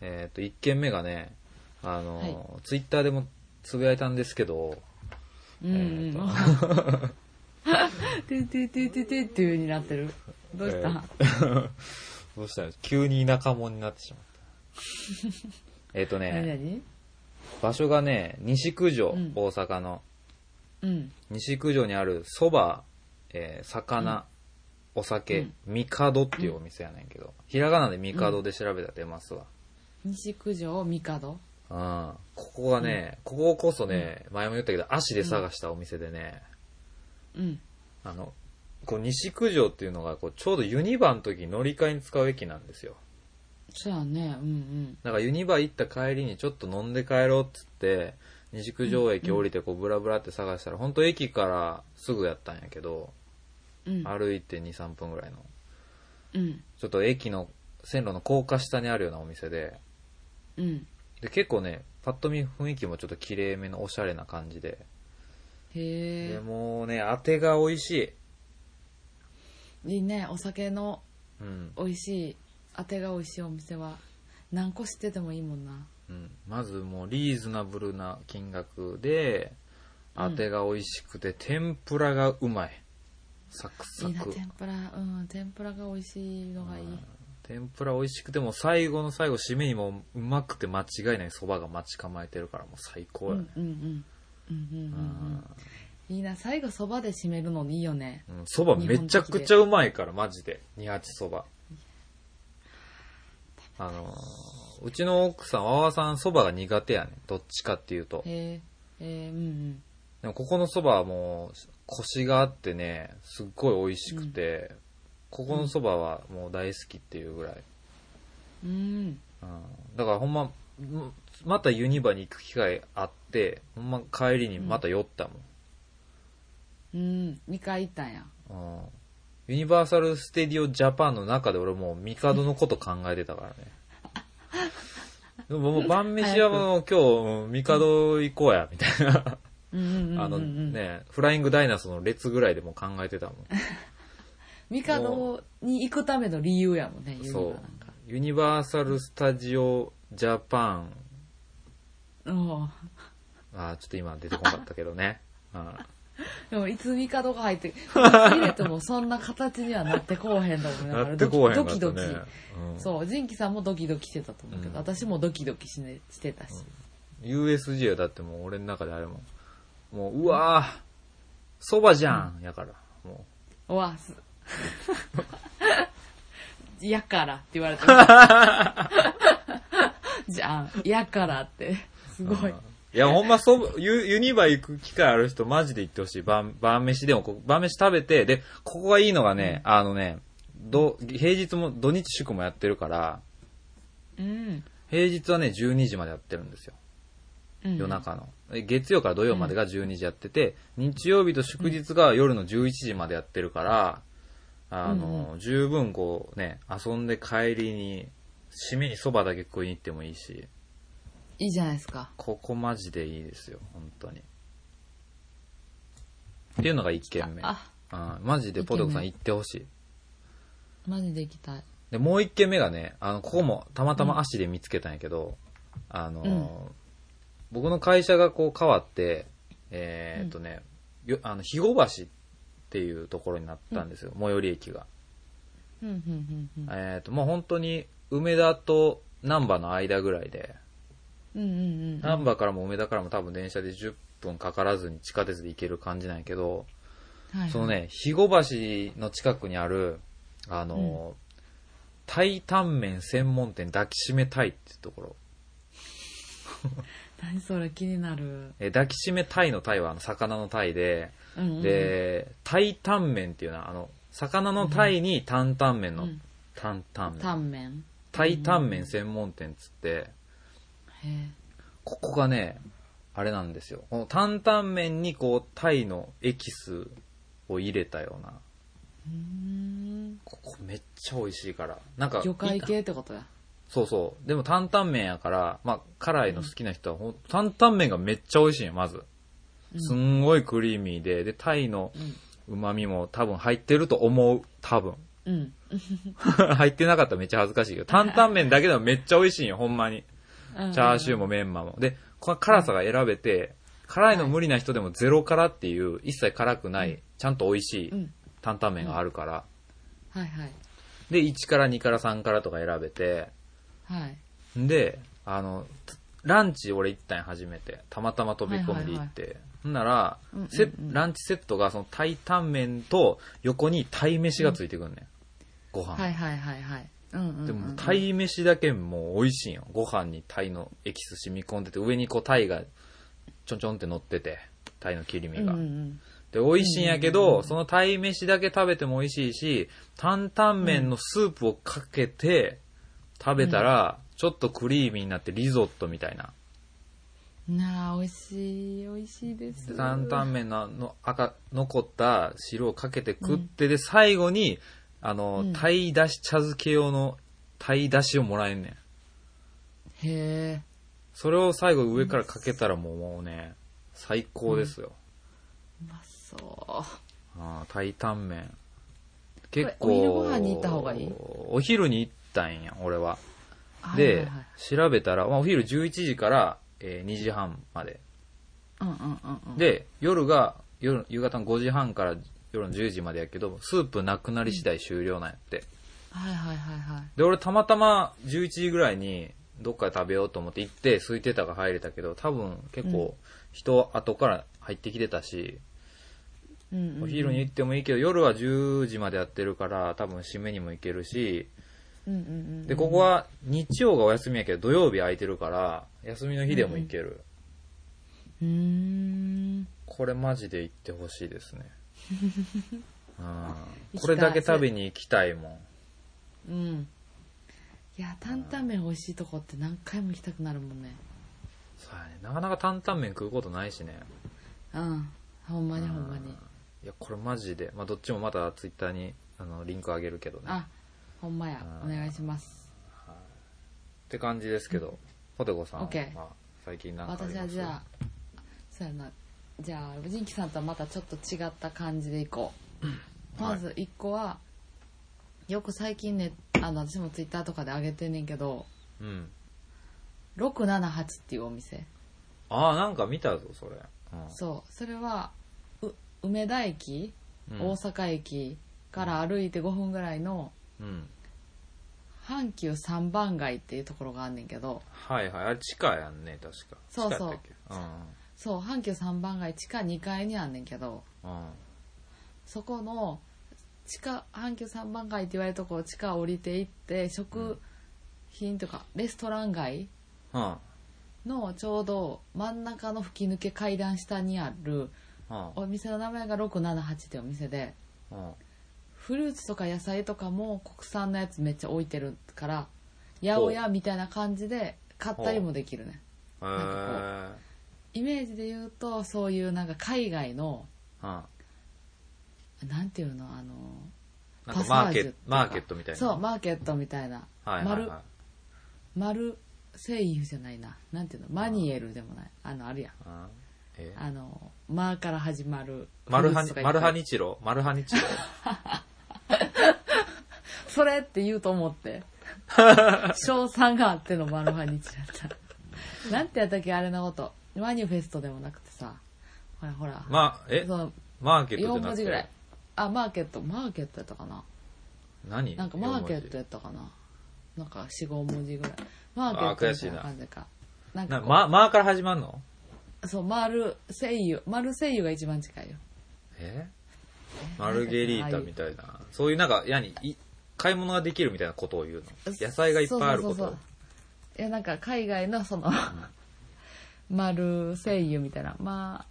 えっ、と、1件目がね、あの、はいツイッターでもつぶやいたんですけど、うんうん トゥトゥトゥトゥトゥトゥになってるどうした、えー どうしたの急に田舎者になってしま った。えっと何ね、々場所がね、西九条、うん大阪の。うん西九条にある蕎麦、えー魚、お酒、ミカドっていうお店やねんけど、ひらがなでミカドで調べたら出ますわ。西九条帝うん。ここがね、こここそね、前も言ったけど、足で探したお店でね、うんあの、こう西九条っていうのがこうちょうどユニバの時に乗り換えに使う駅なんですよ。そうやねうんだからユニバ行った帰りにちょっと飲んで帰ろうっつって、西九条駅降りてこうブラブラって探したら、本当駅からすぐやったんやけど、うんうん歩いて2、3分ぐらいの。うんちょっと駅の線路の高架下にあるようなお店で、うん。で、結構ね、パッと見雰囲気もちょっと綺麗めのおしゃれな感じで。でへもうね、当てが美味しい。え。いいね。お酒のうん。美味しい、あてが美味しいお店は、何個知っててもいいもんな。うん、まずもうリーズナブルな金額で、うん当てが美味しくて、天ぷらがうまい。サクサいいな、ク。天ぷら。うん、天ぷらが美味しいのがいい。天ぷら美味しくても最後の最後締めにもうまくて間違いない蕎麦が待ち構えてるからもう最うん高やうんね、うん。うんうんうんうん。いいな、最後そばで締めるのいいよね。うん蕎麦めちゃくちゃうまいからマジで二八蕎麦あのーうちの奥さんわわさん蕎麦が苦手やねどっちかっていうとへえ、へえ、うんうん。でもここの蕎麦はもうコシがあってねすっごい美味しくて、ここの蕎麦はもう大好きっていうぐらい、うん。うんだからほんま、うんまたユニバに行く機会あって、ほんま帰りにまた酔ったうん。2回行ったんや。もん。うんユニバーサル・ステディオ・ジャパンの中で俺もうミカドのこと考えてたからね。 でももう晩飯はもう今日うん、ミカド行こうや、みたいな。うんうんうんうん。あの。ね、フライングダイナソーの列ぐらいでもう考えてたもん。ミカドに行くための理由やもんね、言うのそがうなんか。。ユニバーサル・スタジオ・ジャパン。うん。あー、ちょっと今出てこなかったけどね。 うんでもいつミカドが 入って、いつ入れてもそんな形にはなってこうへんと思いながやら、ってこうへんかドったね。キドキ。うんそう、ジンキさんもドキドキしてたと思うけど、うん私もドキドキし,、ね、してたし。 USJ はだってもう俺の中であれもんもううわぁそばじゃん、やからもうわ、す、 やからって言われてま じゃあ、やからって。すうごいうん。いやほんまそばユユニバ行く機会ある人マジで行ってほしい晩晩飯でもこ晩飯食べてでここがいいのがね、あのねど平日も土日祝もやってるからうん。平日はね12時までやってるんですようん夜。中の、で月曜から土曜までが12時やってて、日曜日と祝日が夜の11時までやってるから、あの、十分こうね、遊んで帰りに、締めにそばだけ食いに行ってもいいし、いいじゃないですか。ここマジでいいですよ、本当に。っていうのが1軒目。あ、あマジでポテコさん一行ってほしい。マジで行きたい。で、もう1軒目がね、あの、ここもたまたま足で見つけたんやけど、あのー、う僕の会社がこう変わって、えーっとね、よあの、肥後橋っていうところになったんですよ、最寄り駅が。うん、うん、うん、うん。えーっと、もう本当に梅田と難波の間ぐらいで、うん、うん、うん。難波からも梅田からも多分電車で10分かからずに地下鉄で行ける感じなんやけど、はいその。ね、肥後橋の近くにある、あの、タイタンメン専門店抱きしめタイってところ。何それ気になる。えー抱きしめタイのタイはあの魚のタイで、うん、うん。で、タイタンメンっていうのは、あの、魚のタイにタンタンメンうのん、タンタンメン。タンメン。タイタンメン専門店っつって、へえ。ここがね、あれなんですよ。このタンタンメンにこう、タイのエキスを入れたような。うーん。ここめっちゃ美味しいから。なんか、魚介い系ってことだ。そうそう。でも担々麺やから、まあ、辛いの好きな人はほん、担々麺がめっちゃ美味しいよ、まず。うんすんごいクリーミーで、で、タイのうん。旨味も多分入ってると思う。多分。 うん。入ってなかったらめっちゃ恥ずかしいけど、担々麺だけでもめっちゃ美味しいよ、ほんまに。チャーシューも。もメンマも。で、この辛さが選べて、辛いの無理な人でもゼロ辛っていう、一切辛くなうい、ちゃんと美味しういん。担々麺があるから。はいはい。で、1から2から3からとか選べて、はい。で、あの、ランチ俺行ったんや初めて。たまたま飛び込みで行って。ほんなら、うんうんうんセッランチセットがそのタイタン麺と横にタイ飯がついてくんねん。ご飯。はいはいはいはい。うんうんうん、うん。でも、タイ飯だけもう美味しいんよ。ご飯にタイのエキス染み込んでて、上にこうタイがちょんちょんって乗ってて、タイの切り身が。うんうんで、美味しいんやけど、そのタイ飯だけ食べても美味しいし、担々麺のスープをかけて食べたら、ちょっとクリーミーになってリゾットみたいな。うん。なあ、美味しい、美味しいです。担々麺のあの赤、残った汁をかけて食って、で、最後に、あの、うんタイだし、茶漬け用のタイだしをもらえんねん。へえ。それを最後上からかけたらもうもうね、最高ですよ。うまそう。あー担々麺。結構。これお昼ご飯に行った方がいいお昼に行ったんや、俺は。はいで、はいはい調べたら、まあ、お昼11時から、えー2時半まで。うんうんうんうん。、で、夜が、夜、夕方の5時半から夜の10時までやけど、スープなくなり次第終了なんやって。はいはいはいはい。で、俺たまたま11時ぐらいに、どっかで食べようと思って行って、空いてたが入れたけど、多分結構、人後から入ってきてたし、うんうんうん、お昼に行ってもいいけど、夜は10時までやってるから、多分締めにも行けるし、うんうんうん。で、ここは日曜がお休みやけど、土曜日空いてるから、休みの日でも行ける。うーん。これマジで行ってほしいです ね。うん、行きたいこれだけ食べに行きたいもん。うん。いや、担々麺美味しいとこって何回も行きたくなるもんね。そうやね。なかなか担々麺食うことないしね。うん。ほんまにほんまに。いや、これマジで。まあ、どっちもまたツイッターにあのリンクあげるけどね。っあ、ほんまや。うおん願いします。て感じですけど、ポテコさんは、オッケーまあ、最近なんかありま私すはじゃあ、そうやな。じゃあ、ジンキさんとはまたちょっと違った感じでいこう。はいまず一個は、よく最近ね、あの、私もツイッターとかで上げてんねんけど、うん。 678っていうお店。ああ、なんか見たぞ、それ。うんそう。それは、う梅田駅、うん大阪駅から歩いて5分ぐらいの、うん。阪急三番街っていうところがあんねんけどはいはい。あれ、地下やんね、確か。そうそ地下うやったっそう阪急三番街地下2階にあんねんけどけうん。うん。そこの地下阪急三番街って言われるとこを地下降りていって食品とかレストラン街うん。うん。のちょうど真ん中の吹き抜け階段下にあるお店の名前が678ってお店でうん。フルーツとか野菜とかも国産のやつめっちゃ置いてるから八百屋みたいな感じで買ったりもできるねえなんー。イメージで言うとそういうなんか海外のうん。なんていうのあのなんパかサマーージケュッとトか、マーケットみたいな。そうマーケットみたいな、はいはいはい。丸丸セイフじゃないななんていうのマニエルでもないあのあるやんうんえあの「マー」から始まるマルフルハーツニとかいっぱマいルハニチロマルハニ チロそれって言うと思って 賞賛があってのマルハニチだったなんてやったっけあれのことマニフェストでもなくてさほらほら、ま、えそのマーケット4じゃな文く字ぐらてい。あマーケットマーケットやったかな何なんかマーケットややったかななんか45文字ぐらいマーケあットー悔みしたいいなな感じかなんかな、こうま、マーから始まるのそうマルセイユマルセイユが一番近いよえマルゲリータみたいな。そういうなんか、やに、い買い物ができるみたいなことを言うの。野菜がいっぱいあるこそうそうとそうそう。いやなんか海外のそのマルセイユみたいなま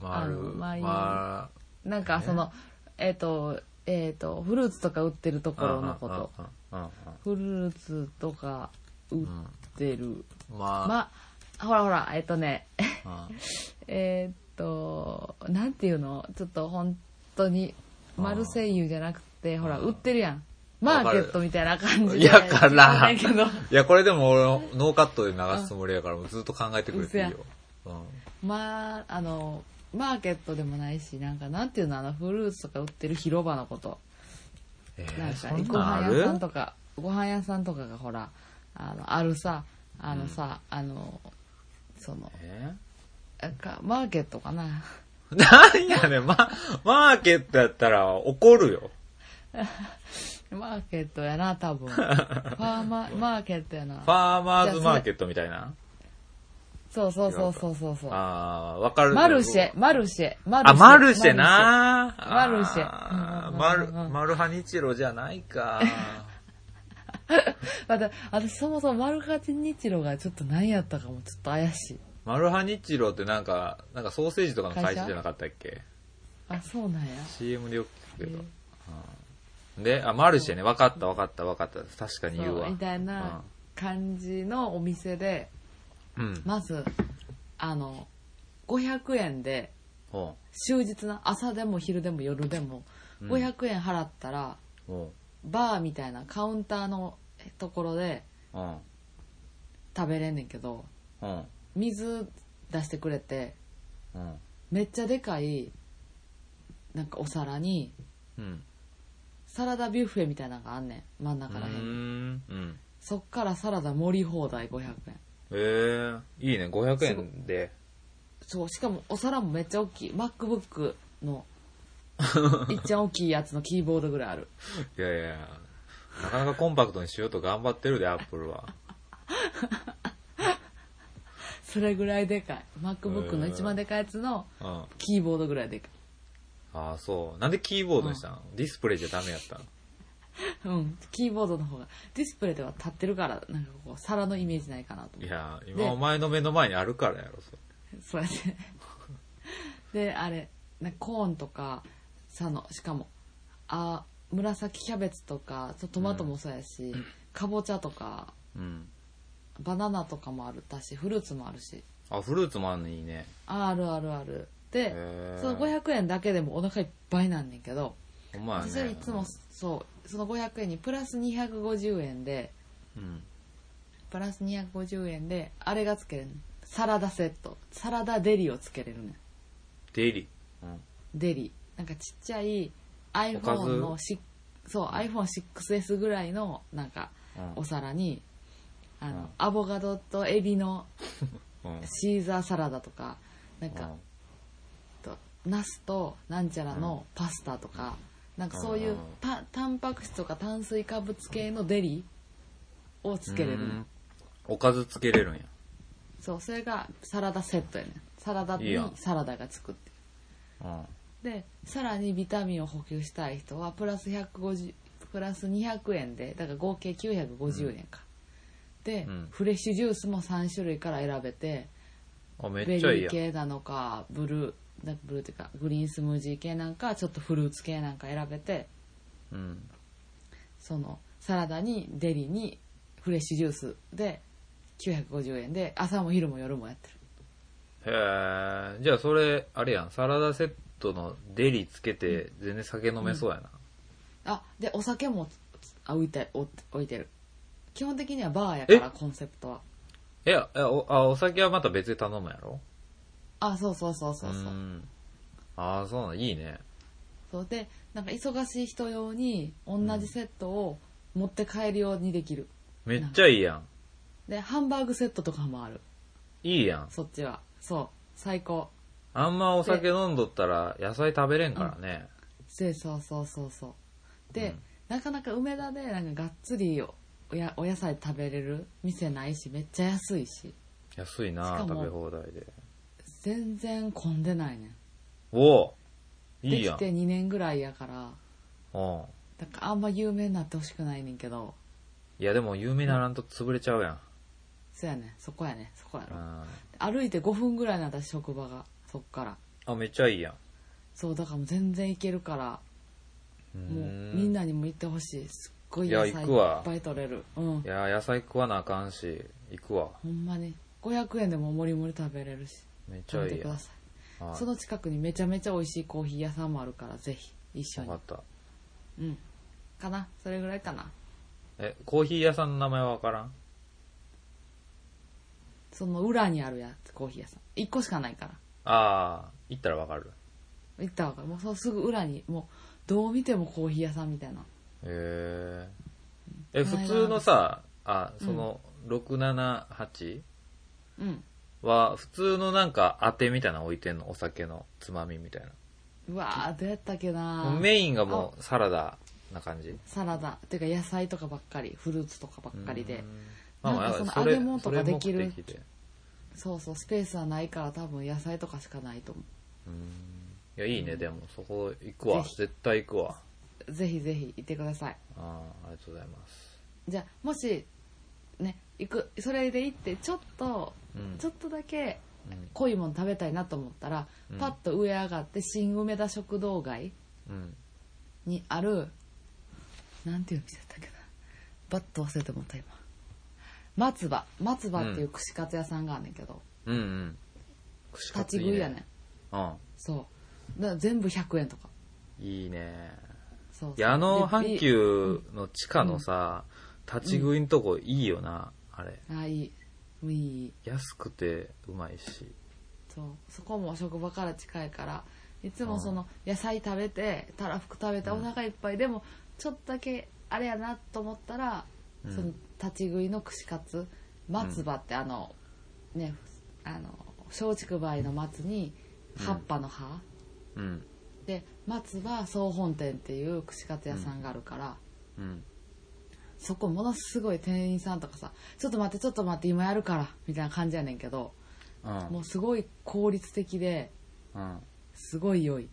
マル、あのマまルい、あなんかそのえっ、とえっ、とフルーツとか売ってるところのことうんうんうんフルーツとか売ってる、うんままほらほらえっ、とね あ、うんえーっと、なんていうのちょっと本当に、マルセイユじゃなくて、ほら、売ってるやん。マーケットみたいな感じで。いやからわんないけど、いや、これでも俺、ノーカットで流すつもりやから、もうずっと考えてくれていいよ。うんまあ、あの、マーケットでもないし、なんか、なんていうのあの、フルーツとか売ってる広場のこと。えーなんか、そんごなんあ飯る屋さんとか、ご飯屋さんとかがほら、あの、あるさ、あのさ、あの、その、え ーなんかマーケットかな。 なんやねん、ま、マーケットやったら怒るよ。マーケットやな、多分。ファーマ、マーケットやな。ファーマーズマーケットみたいな。そうそうそうそうそうそう。ああ、わかる。マルシェ、。マルシェ、マあ、マルシェ。なマルシェあーママルル、シェうんうんうんマルハニチロじゃない か。マルシェだって、私そもそもマルカチニチロがちょっと何やったかもちょっと怪しい。マルハニチロってなんか、なんかソーセージとかの会社じゃなかったっけあ、そうなんや。 ?CM でよく聞くけど。うんで、あ、マルシェね。わかったわかったわかった。確かに言うそうわ。みたいな感じのお店で、うん。うん。まず、あの、500円で、ほ終日な、朝でも昼でも夜でも、うん500円払ったら、う。ほバーみたいなカウンターのところで、う。うん。食べれんねんけどうん。水出してくれてうん。めっちゃでかいなんかお皿にうん。サラダビュッフェみたいなのがあんねん真ん中らへん、ん。うん。そっからサラダ盛り放題500円ええいいね。500円で。そうしかもお皿もめっちゃ大きい MacBook のいっちゃん大きいやつのキーボードぐらいあるいやいやいやなかなかコンパクトにしようと頑張ってるで、アップルは。それぐらいでかい MacBook の一番でかいやつのうん。あキーボードぐらいでかいあ、そう。なんでキーボードにしたの、ディスプレイじゃダメやったのうん、キーボードの方がディスプレイでは立ってるからなんかこう皿のイメージないかなと思いってや、で今お前の目の前にあるからやろ、それそうやって であれなんかコーンとかさのしかもあ紫キャベツとかそうトマトもそうやし、かぼちゃとかうん。バナナとかもあるたしフルーツもあるしあ、フルーツもあるのいいね。ああるあるあるでへーその500円だけでもお腹いっぱいなんねんけどほんまやね。私はいつもそうその500円にプラス250円でうん。プラス250円であれがつけれるねんサラダセットサラダデリをつけれるねんデイリー。うん。デリなんかちっちゃいおか iPhone ずのしそう iPhone6S ぐらいのなんかうんお皿にあの、うんアボカドとエビのうん。シーザーサラダとかなんうかんとナスとなんちゃらのパスタとか、なんかそういうパタンパク質とか炭水化物系のデリをつけれるのうんおかずつけれるんや。そうそれがサラダセットやねんサラダいいにやんサラダがつくっていううん。でさらにビタミンを補給したい人はプラス150プラス200円でだから合計950円か、で、うんフレッシュジュースも3種類から選べてあ、めベっリちゃいいーやん。系なのかブルーなんかブルーっていうかグリーンスムージー系なんかちょっとフルーツ系なんか選べてうん。そのサラダにデリにフレッシュジュースで950円で朝も昼も夜もやってるへえ、じゃあそれ、あれやん、サラダセットのデリつけて、全然酒飲めそうやな。あでお酒もあ置いて置置いてる基本的にはバーやからえコンセプトはいや、いやおあお酒はまた別で頼むやろあそうそうそうそうそうううん。ああ、そうなの、いいね。そうでなんか忙しい人用に同じセットを持って帰るようにできる、めっちゃいいやん。でハンバーグセットとかもあるいいやん。そっちはそう最高あんまお酒飲んどったら野菜食べれんからね。でそうそうそうそうで、うんなかなか梅田でなんかがっつりおおやお野菜食べれる店ないしめっちゃ安いし安いしなか食もべ放題で。全然混んでないねおおんいいやん。できて2年ぐらいやからうん。だからあんま有名になってほしくないねんけどいや、でも有名ならんと潰れちゃうやん。そうやねそこやねそこやうろ、ん。歩いて5分ぐらいなんだ職場がそっからあ、めっちゃいいやん。そうだからもう全然行けるからうもうんみんなにも行ってほしいすっごいいや野菜行いくわっぱい取れるうんいや、野菜食わなあかんし、行くわ。ほんまに500円でももりもり食べれるしめっちゃ食べいていくやんだ。さはいいその近くにめちゃめちゃ美味しいコーヒー屋さんもあるからぜひ一緒わにかった。うんかなそれぐらいかなえ、コーヒー屋さんの名前はわからんその裏にあるやつコーヒー屋さん1個しかないからああ、行ったらわかる。行ったわからもうそうすぐ裏にもうどう見てもコーヒー屋さんみたいなへえ。え、名前は普通のさ、あ、その、678うんは、普通のなんか、当てみたいなの置いてんのお酒のつまみみたいうわーどうやったっけな。なメインがもう、サラダな感じ。サラダっていうか野菜とかばっかりフルーツとかばっかりでうん。なんかそのやっぱれ揚げ物とかできそるれ目的でそうそうスペースはないから多分野菜とかしかないと思いや、いいね、でも、そこ行くわ。ぜひ絶対行くわ。うぜひぜひ行ってくださいああ、ありがとうございます。じゃあもしね行くそれで行ってちょっと、うんちょっとだけうん濃いもの食べたいなと思ったら、うんパッと上上がって新梅田食堂街うん。にあるなんていう店だったっけなバッと忘れてもった今松葉松葉っていう串カツ屋さんがあんねんけど、うんうん。串カ立ツちいい食いやねん。うん。そうだから全部100円とかいいね。そうそういや、あの、で阪いい急の地下のさ、立ち食いんとこいいよな、あれ。あいいいい安くてうまいしそうそこも職場から近いからいつもその野菜食べてたらふく食べてうおん腹いっぱい、でもちょっとだけあれやなと思ったら、うんその立ち食いの串カツ松葉ってあの、ねあの松竹梅の松にうん葉っぱの葉、うんで松葉総本店っていう串カツ屋さんがあるから、うんそこものすごい店員さんとかさ「ちょっと待ってちょっと待って今やるから」みたいな感じやねんけどうんもうすごい効率的でうんすごい良い。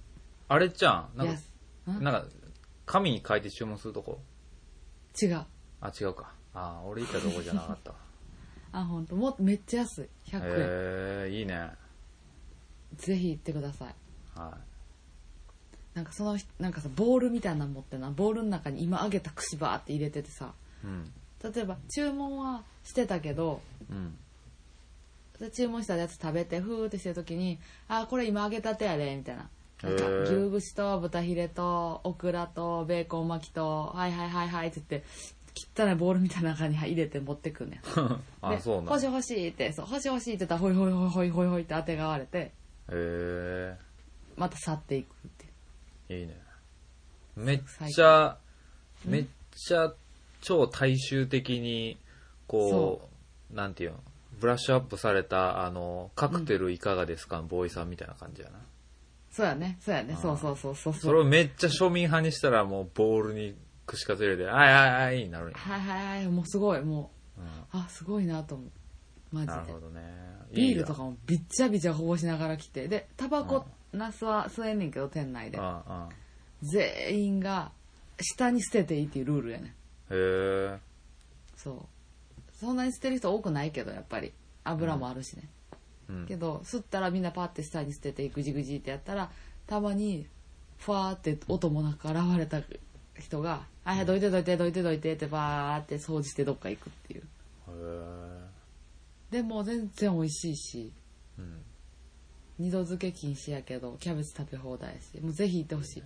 あれじゃんなんやかすんなんか紙に書いて注文するとこ違う。あ違うかあー俺行ったとこじゃなかった あ、ほんと。もっとめっちゃ安い。100円。へえいいねぜひ行ってください。はなんかその人、なんかさ、ボールみたいなの持ってな、ボールの中に今揚げた串バーって入れててさ、いうん例えば注文はしてたけど、うんで注文したやつ食べて、ふーってしてるときに、あ、これ今揚げたてやで、みたいな。なんかへー牛串と豚ヒレとオクラとベーコン巻きと、はいはいはいはいって言って、汚いボールみたいな中に入れて持ってくんねん。 あでそうなん欲しいへ欲しいって、そう、欲しい欲しいって言ったら、ほいほいほいほいほいほいって当てがわれて、えまた去っていくっていういいねめっちゃうんめっちゃ超大衆的にこうなんていうのブラッシュアップされたあのカクテルいかがですか、ボーイさんみたいな感じやなそうやねそうやねあーそうそうそうそうそれをめっちゃ庶民派にしたらもうボールに串カツ入れて「あいあいあい」になるんや、はいはいはいもうすごいもううあすごいなと思うマん、ジなるでほどねビールとかももびっちゃびちゃこぼしながら来てでタバコなすは吸えんねんけど店内でああ全員が下に捨てていいっていうルールやねんへえそうそんなに捨てる人多くないけどやっぱり油もあるしね、うんけど吸ったらみんなパッて下に捨ててグジグジってやったらたまにファーって音もなく現れた人が「あいやどいてどいてどいてどいて」ってバーって掃除してどっか行くっていうへえでも全然美味しいしうん二度漬け禁止やけどキャベツ食べ放題やしもうぜひ行ってほしい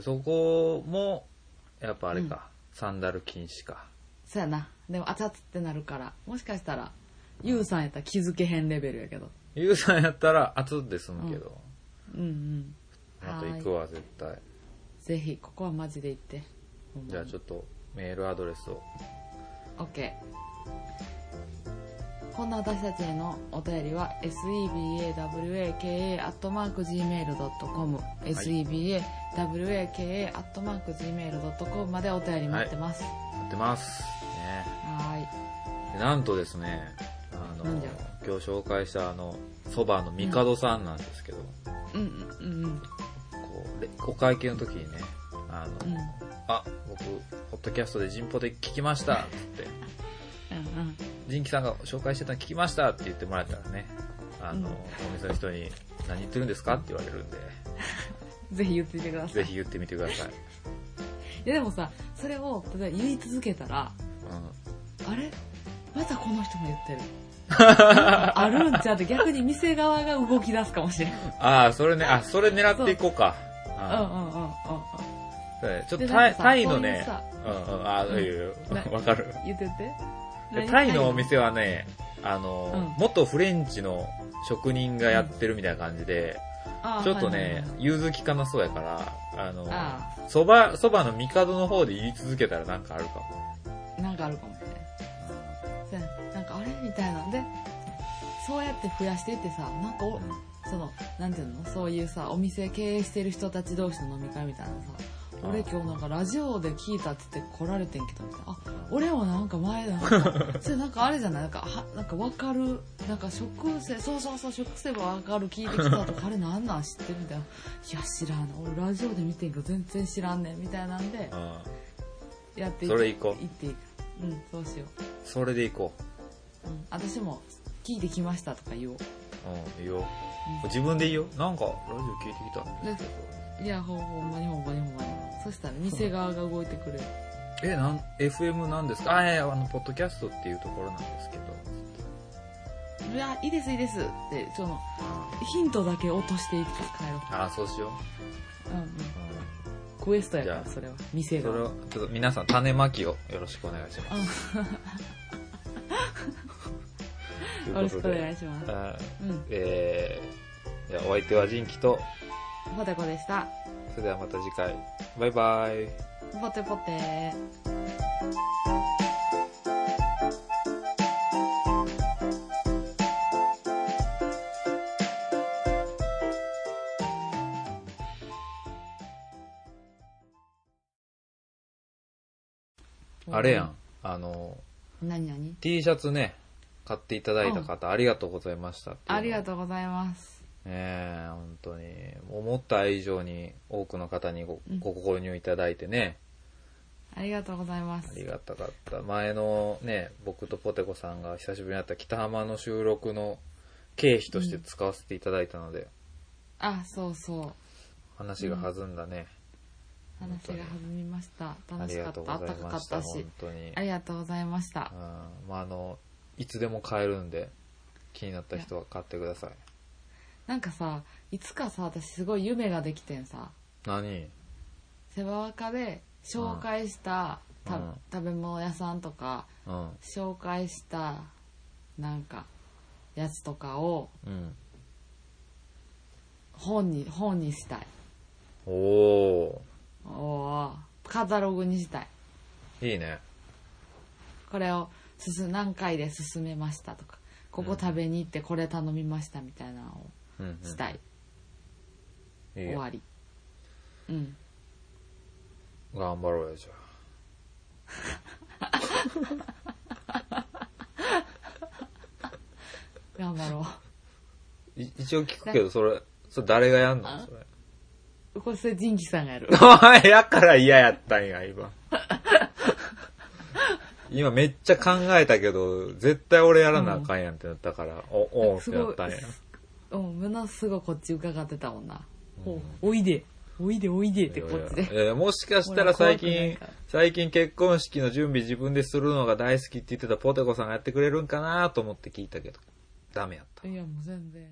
そこもやっぱあれか、サンダル禁止かそうやなでも熱々ってなるからもしかしたらゆうさんやったら気づけへんレベルやけどゆうさんやったら後で済むけど、うんうんまた行くわ絶対ぜひここはマジで行ってじゃあちょょっとメールアドレスをっと OK こんな私たちへのお便りは sebawaka.gmail.com、sebawaka.gmail.com までお便り待ってますやってますねはーいでなんとですねあのなんじゃ今日紹介したあのそばの帝さんなんですけど、うんうんうんこうでお会計の時にねあの、うんあ僕ホットキャストで人ポで聞きましたって言ってうんうん仁キさんが紹介してたの聞きましたって言ってもらえたらねあの、うんお店の人に何言ってるんですかって言われるんでぜひ言ってみてください。ぜひ言ってみてください、いやでもさ、それを、例えば言い続けたら、うあれまたこの人も 言ってる。あるんちゃうって逆に店側が動き出すかもしれん。うんん、ああそれねあそれ狙っていこうかうんうんあうんうん。ーそうねちょっとでタなんイかさタイのねそううんうんあーいいよいいよね わかる言っててで。何タイのお。店はね、あの、うん元フレンチの職人がやってるみたいな感じで、あーちょっとはいはいはねい、融通きかなそうやから、あの、あそば、そばの帝の方で言い続けたらなんかあるかも。あ、なんかあるかもしれない。そうやなんかあれみたいなんで、そうやって増やしていってさ、なんかお、その、なんていうのそういうさ、お店経営してる人たち同士の飲み会みたいなさ、あ俺今日なんかラジオで聞いたって言って来られてんけど、みたいな。あ、俺もなんか前 なんか、それなんかあれじゃないなんか、はなんかわかる、なんか食生、そうそうそう、食生はわかる聞いてきたとか、あれなんなん知ってるみたいな。いや、知らん。俺ラジオで見てんけど全然知らんねん、みたいなんでう、ん。うんやっていそれ行こう行っていく。うん、そうしよそれで行こう。うん、私も聞いてきましたとか言おう。う。うん、いいよ。自分でいいよ。なんか、ラジオ聞いてきたんだけど。いや、ほほんまにほんまにほんまに。そしたら店側が動いてくれる。え、なん、FM なんですかあ、えあの、ポッドキャストっていうところなんですけど。いや、いいですいいですって、その、ヒントだけ落としていって帰ろう。あ、そうしようんうん。う。うんクエストやかじら、ゃあそれは。店それ側。をちょっと皆さん種まきをよろしくお願いします。 というよろこしとくで。お願いします。ううんん。えー、じゃあお相手はジンキと、ポテコでした。それではまた次回。バイバイ。ポテポテ。あれやん。。あの、何何 T シャツね、買っていただいた方、ありがとうございましたっていうのありがとうございます。ねえ、本当に。思った以上に多くの方にごうんご購入いただいてね、ありがとうございまありす。がたかった。前のね、僕とポテコさんが久しぶりに会った北浜の収録の経費として使わせていただいたので、あ、そうそう。話が弾んだね。話が弾みました。あ楽りしかがっとた。うござ暖いかかまっした。たし本。当に。ありがとうございましたうん。。まあ、あの、いつでも買えるんで、気になった人は買ってください。なんかさ、いつかさ、私すごい夢ができてんさ。何セバワカで紹介したた、うん食べ物屋さんとか、うん。紹介した、なんか、やつとかをうん。本に、本にしたい。おおおーカタログにしたい。ーいいね。これを進、何回で進めましたとか、ここ食べに行ってこれ頼みましたみたいなのうん、をしたい。うん。いい終よわり。うん。頑張ろうよ、じゃあ。頑張ろい一応聞くけど、それ、それ誰がやんのあそれ。う。 これ、それ、ジンキさんがやる。お前やから嫌やったんや、 今。今めっちゃ考えたけど、絶対俺やらなあかんやんってなったから、 お、おんってすなごいったんや。うん、ものすごいこっち伺ってたもんな。おおいで、おいで、おいでってこっちいで。やいやもしかしたら最俺は近怖くないから、最近結婚式の準備自分でするのが大好きって言ってたポテコさんがやってくれるんかなと思って聞いたけど、ダメやった。いや、もう全然。